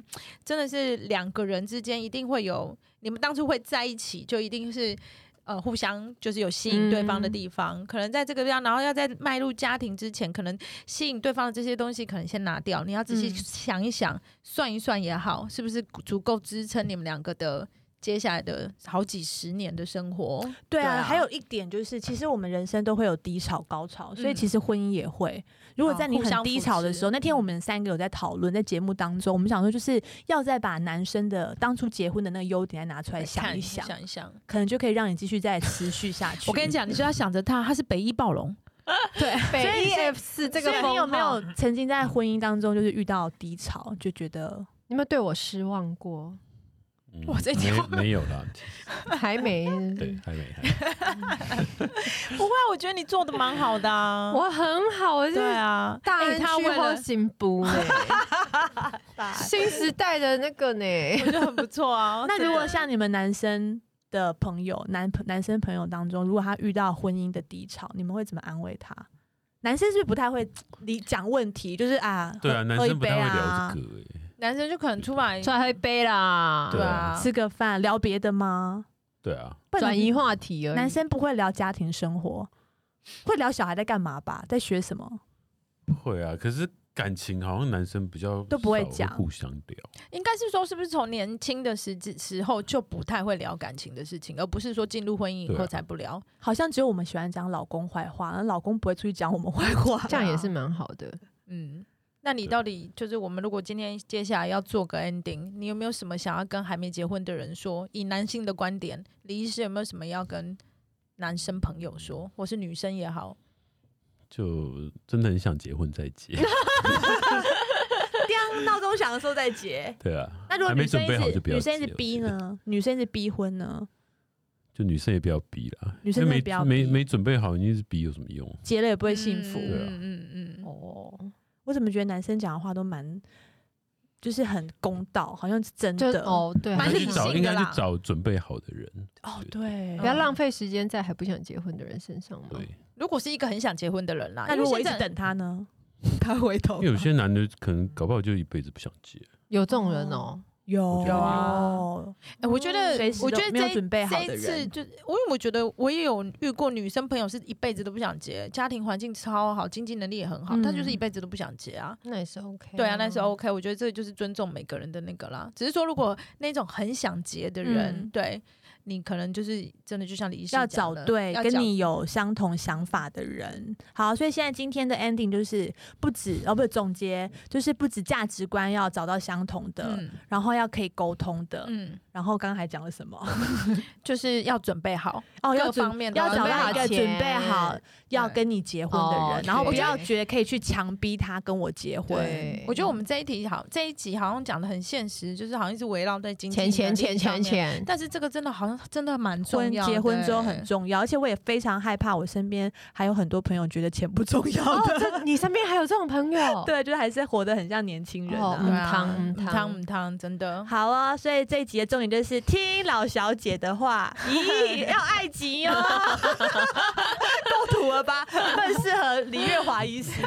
Speaker 3: 真的是两个人之间一定会有，你们当初会在一起，就一定是。呃，互相就是有吸引对方的
Speaker 2: 嗯
Speaker 3: 地方，可能在这个地方，然后要在迈入家庭之前，可能吸引对方的这些东西，可能先拿掉。你要仔细
Speaker 1: 嗯
Speaker 3: 想一想，算一算也好，是不是足够支撑你们两个的接下来的好几十年的生活？
Speaker 1: 对
Speaker 3: 对
Speaker 1: 啊。
Speaker 3: 啊
Speaker 1: 还有一点就是，其实我们人生都会有低潮、高潮，所以
Speaker 3: 嗯
Speaker 1: 其实婚姻也会。如果在你
Speaker 3: 哦互相
Speaker 1: 很低潮的时候，
Speaker 3: 扶持
Speaker 1: 那天我们三个有在讨论，在节目当中，我们想说就是要再把男生的当初结婚的那个优点再啊拿出来想
Speaker 3: 看
Speaker 1: 一想，
Speaker 3: 想一想。
Speaker 1: 可能就可以让你继续再持续下去。
Speaker 3: *laughs* 我跟你。讲，你就要想着他，他是北一暴龙，
Speaker 2: 对，
Speaker 1: *laughs* 所
Speaker 2: 北
Speaker 1: 以
Speaker 2: E F 四这个
Speaker 1: 所以
Speaker 2: 封
Speaker 1: 你有没
Speaker 2: 号
Speaker 1: 有？曾经在婚姻当中就是遇到低潮，就觉得。
Speaker 2: 你有没有对我失望 *laughs* 过？
Speaker 4: 嗯
Speaker 3: 我这句话
Speaker 4: 没没有啦，
Speaker 2: 还没。
Speaker 4: 对，还没。还没
Speaker 3: 不会啊，我觉得你做的蛮好的啊。
Speaker 2: 我很好，我是
Speaker 3: 对啊，
Speaker 2: 大
Speaker 3: 哎
Speaker 2: 安
Speaker 3: 他
Speaker 2: 区
Speaker 3: 为
Speaker 2: 后
Speaker 3: 了
Speaker 2: 行 *laughs* 不呢，新时代的那个呢。 *laughs*
Speaker 3: 我觉得很不错啊
Speaker 2: 哦
Speaker 3: *laughs*
Speaker 1: 那如果像你们男生的朋友，男朋男生朋友当中，如果他遇到婚姻的低潮，你们会怎么安慰他？男生是不是不太会理讲问题，就是啊，
Speaker 4: 对
Speaker 1: 喝
Speaker 4: 啊，男
Speaker 1: 喝一
Speaker 4: 生不
Speaker 1: 杯
Speaker 4: 太会
Speaker 1: 啊
Speaker 4: 聊，这个哎。
Speaker 3: 男生就可能出来，
Speaker 2: 出来喝一杯啦，
Speaker 4: 对啊
Speaker 1: 吃个饭聊别的吗？
Speaker 4: 对啊，
Speaker 1: 不然
Speaker 2: 转移话题而哦已。
Speaker 1: 男生不会聊家庭生活，会聊小孩在干嘛吧，在学什么？
Speaker 4: 会啊，可是感情好像男生比较
Speaker 1: 都不会
Speaker 4: 少
Speaker 1: 讲
Speaker 4: 互相聊。
Speaker 3: 应该是说是不是从年轻的时之时候就不太会聊感情的事情，而不是说进入婚姻以
Speaker 4: 对
Speaker 3: 后
Speaker 4: 啊
Speaker 3: 才不聊。
Speaker 1: 好像只有我们喜欢讲老公坏话，而老公不会出去讲我们坏话。
Speaker 2: 这样也是蛮好的。
Speaker 3: 嗯，那你到底就是我们如果今天接下来要做个 ending，你有没有什么想要跟还没结婚的人说？以男性的观点，李医师有没有什么要跟男生朋友说，或是女生也好？
Speaker 4: 就真的很想结婚再
Speaker 1: *laughs*
Speaker 4: 结，
Speaker 1: 叮闹钟响的时候再结。
Speaker 4: 对啊。
Speaker 1: 那如果
Speaker 4: 还没
Speaker 1: 女生
Speaker 4: 准
Speaker 1: 一
Speaker 4: 备好就
Speaker 1: 直
Speaker 4: 不要
Speaker 1: 女生一
Speaker 4: 结
Speaker 1: 直
Speaker 4: 我
Speaker 1: 逼
Speaker 4: 觉得
Speaker 1: 呢？女生一直逼婚呢？
Speaker 4: 就女生也不要逼啦，
Speaker 1: 女生
Speaker 4: 因为
Speaker 1: 真的不要
Speaker 4: 没
Speaker 1: 逼
Speaker 4: 没没准备好，你一直逼有什么用？
Speaker 1: 结了也不会幸福。
Speaker 4: 对啊
Speaker 3: 嗯嗯嗯，
Speaker 2: 哦，
Speaker 1: 我怎么觉得男生讲的话都蛮，就是很公道，好像是真
Speaker 2: 就
Speaker 1: 的。
Speaker 2: 哦，对，
Speaker 3: 蛮
Speaker 4: 应该去
Speaker 3: 理
Speaker 4: 找
Speaker 3: 性
Speaker 4: 应
Speaker 3: 的
Speaker 4: 该
Speaker 3: 啦
Speaker 4: 去找准备好的人。
Speaker 1: 哦
Speaker 4: 对
Speaker 1: 对
Speaker 2: 不。要浪费时间在还不想结婚的人身上嘛。
Speaker 4: 对，
Speaker 3: 如果是一个很想结婚的人啦，
Speaker 1: 那
Speaker 3: 因为
Speaker 1: 如果我一
Speaker 3: 现
Speaker 1: 直
Speaker 3: 在
Speaker 1: 等他呢？他回头哦
Speaker 4: 嗯因为有些男的可能搞不好就一辈子不想结。
Speaker 2: 有这种人哦，
Speaker 1: 有
Speaker 4: 有
Speaker 5: 啊
Speaker 3: 哎，我觉
Speaker 1: 嗯
Speaker 3: 得
Speaker 1: 随时，都
Speaker 3: 我觉得
Speaker 1: 没有
Speaker 3: 这
Speaker 1: 准备好
Speaker 3: 这
Speaker 1: 的人
Speaker 3: 一次就，我因为我觉得我也有遇过女生朋友是一辈子都不想结，家庭环境超好，经济能力也很好，她就是
Speaker 2: 嗯
Speaker 3: 一辈子都不想结啊。
Speaker 2: 那也是 OK，
Speaker 3: 对啊，那是 OK，我觉得这就是尊重每个人的那个啦。只是说，如果那种很想结的人，
Speaker 1: 嗯
Speaker 3: 对你可能就是真的就像李医师
Speaker 1: 要
Speaker 3: 讲
Speaker 1: 找
Speaker 3: 的
Speaker 1: 对
Speaker 3: 要
Speaker 1: 跟
Speaker 3: 找
Speaker 1: 你有相同想法的人。好，所以现在今天的 ending 就是不止哦，不是总结，就是不止价值观要找到相同的，
Speaker 3: 嗯
Speaker 1: 然后要可以沟通的，
Speaker 3: 嗯，
Speaker 1: 然后刚刚还讲了什么？
Speaker 3: 就是要准备好。
Speaker 1: 哦，要
Speaker 3: 各
Speaker 1: 准
Speaker 3: 方面都
Speaker 1: 要找到
Speaker 3: 要
Speaker 2: 准备好
Speaker 1: 一个准备好
Speaker 2: 钱
Speaker 1: 要跟你结婚的
Speaker 2: 哦
Speaker 1: 人，然后不
Speaker 2: 对
Speaker 1: 要觉得可以去强逼他跟我结婚。
Speaker 2: 对，
Speaker 3: 我觉得我们这一题好，这一集好像讲的很现实，就是好像一直围绕在经济
Speaker 2: 钱钱
Speaker 3: 能力
Speaker 2: 钱
Speaker 3: 上
Speaker 2: 钱
Speaker 3: 面，
Speaker 2: 钱，
Speaker 3: 但是这个真的好像真的蛮重
Speaker 1: 婚
Speaker 3: 要的欸。
Speaker 1: 结婚之后很重要，而且我也非常害怕，我身边还有很多朋友觉得钱不重要
Speaker 2: 哦，
Speaker 1: 的， *laughs*？
Speaker 2: 这你身边还有这种 *laughs* 朋友
Speaker 1: 对，就是还是活得很像年轻人
Speaker 2: 哦
Speaker 1: 啊。
Speaker 3: 对啊，
Speaker 2: 嗯汤嗯
Speaker 3: 嗯
Speaker 2: 汤
Speaker 3: 汤嗯汤，真的。
Speaker 1: 好哦，所以这一集的重点就是听老小姐的话，咦，要爱情哦，够土了吧？更适合李月华医师，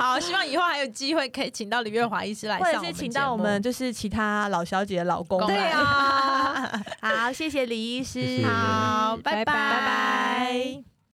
Speaker 3: 好，希望以后还有机会可以请到李月华医师来
Speaker 1: 或
Speaker 3: 上
Speaker 1: 者
Speaker 3: 我
Speaker 1: 是
Speaker 3: 们
Speaker 1: 请
Speaker 3: 节
Speaker 1: 到我
Speaker 3: 目
Speaker 1: 们就是其他老小姐的老公。
Speaker 3: 对
Speaker 1: *laughs* 啊，好，谢谢李医师，
Speaker 4: 谢谢
Speaker 1: 好，
Speaker 3: 好，
Speaker 1: 拜
Speaker 3: 拜
Speaker 1: 拜。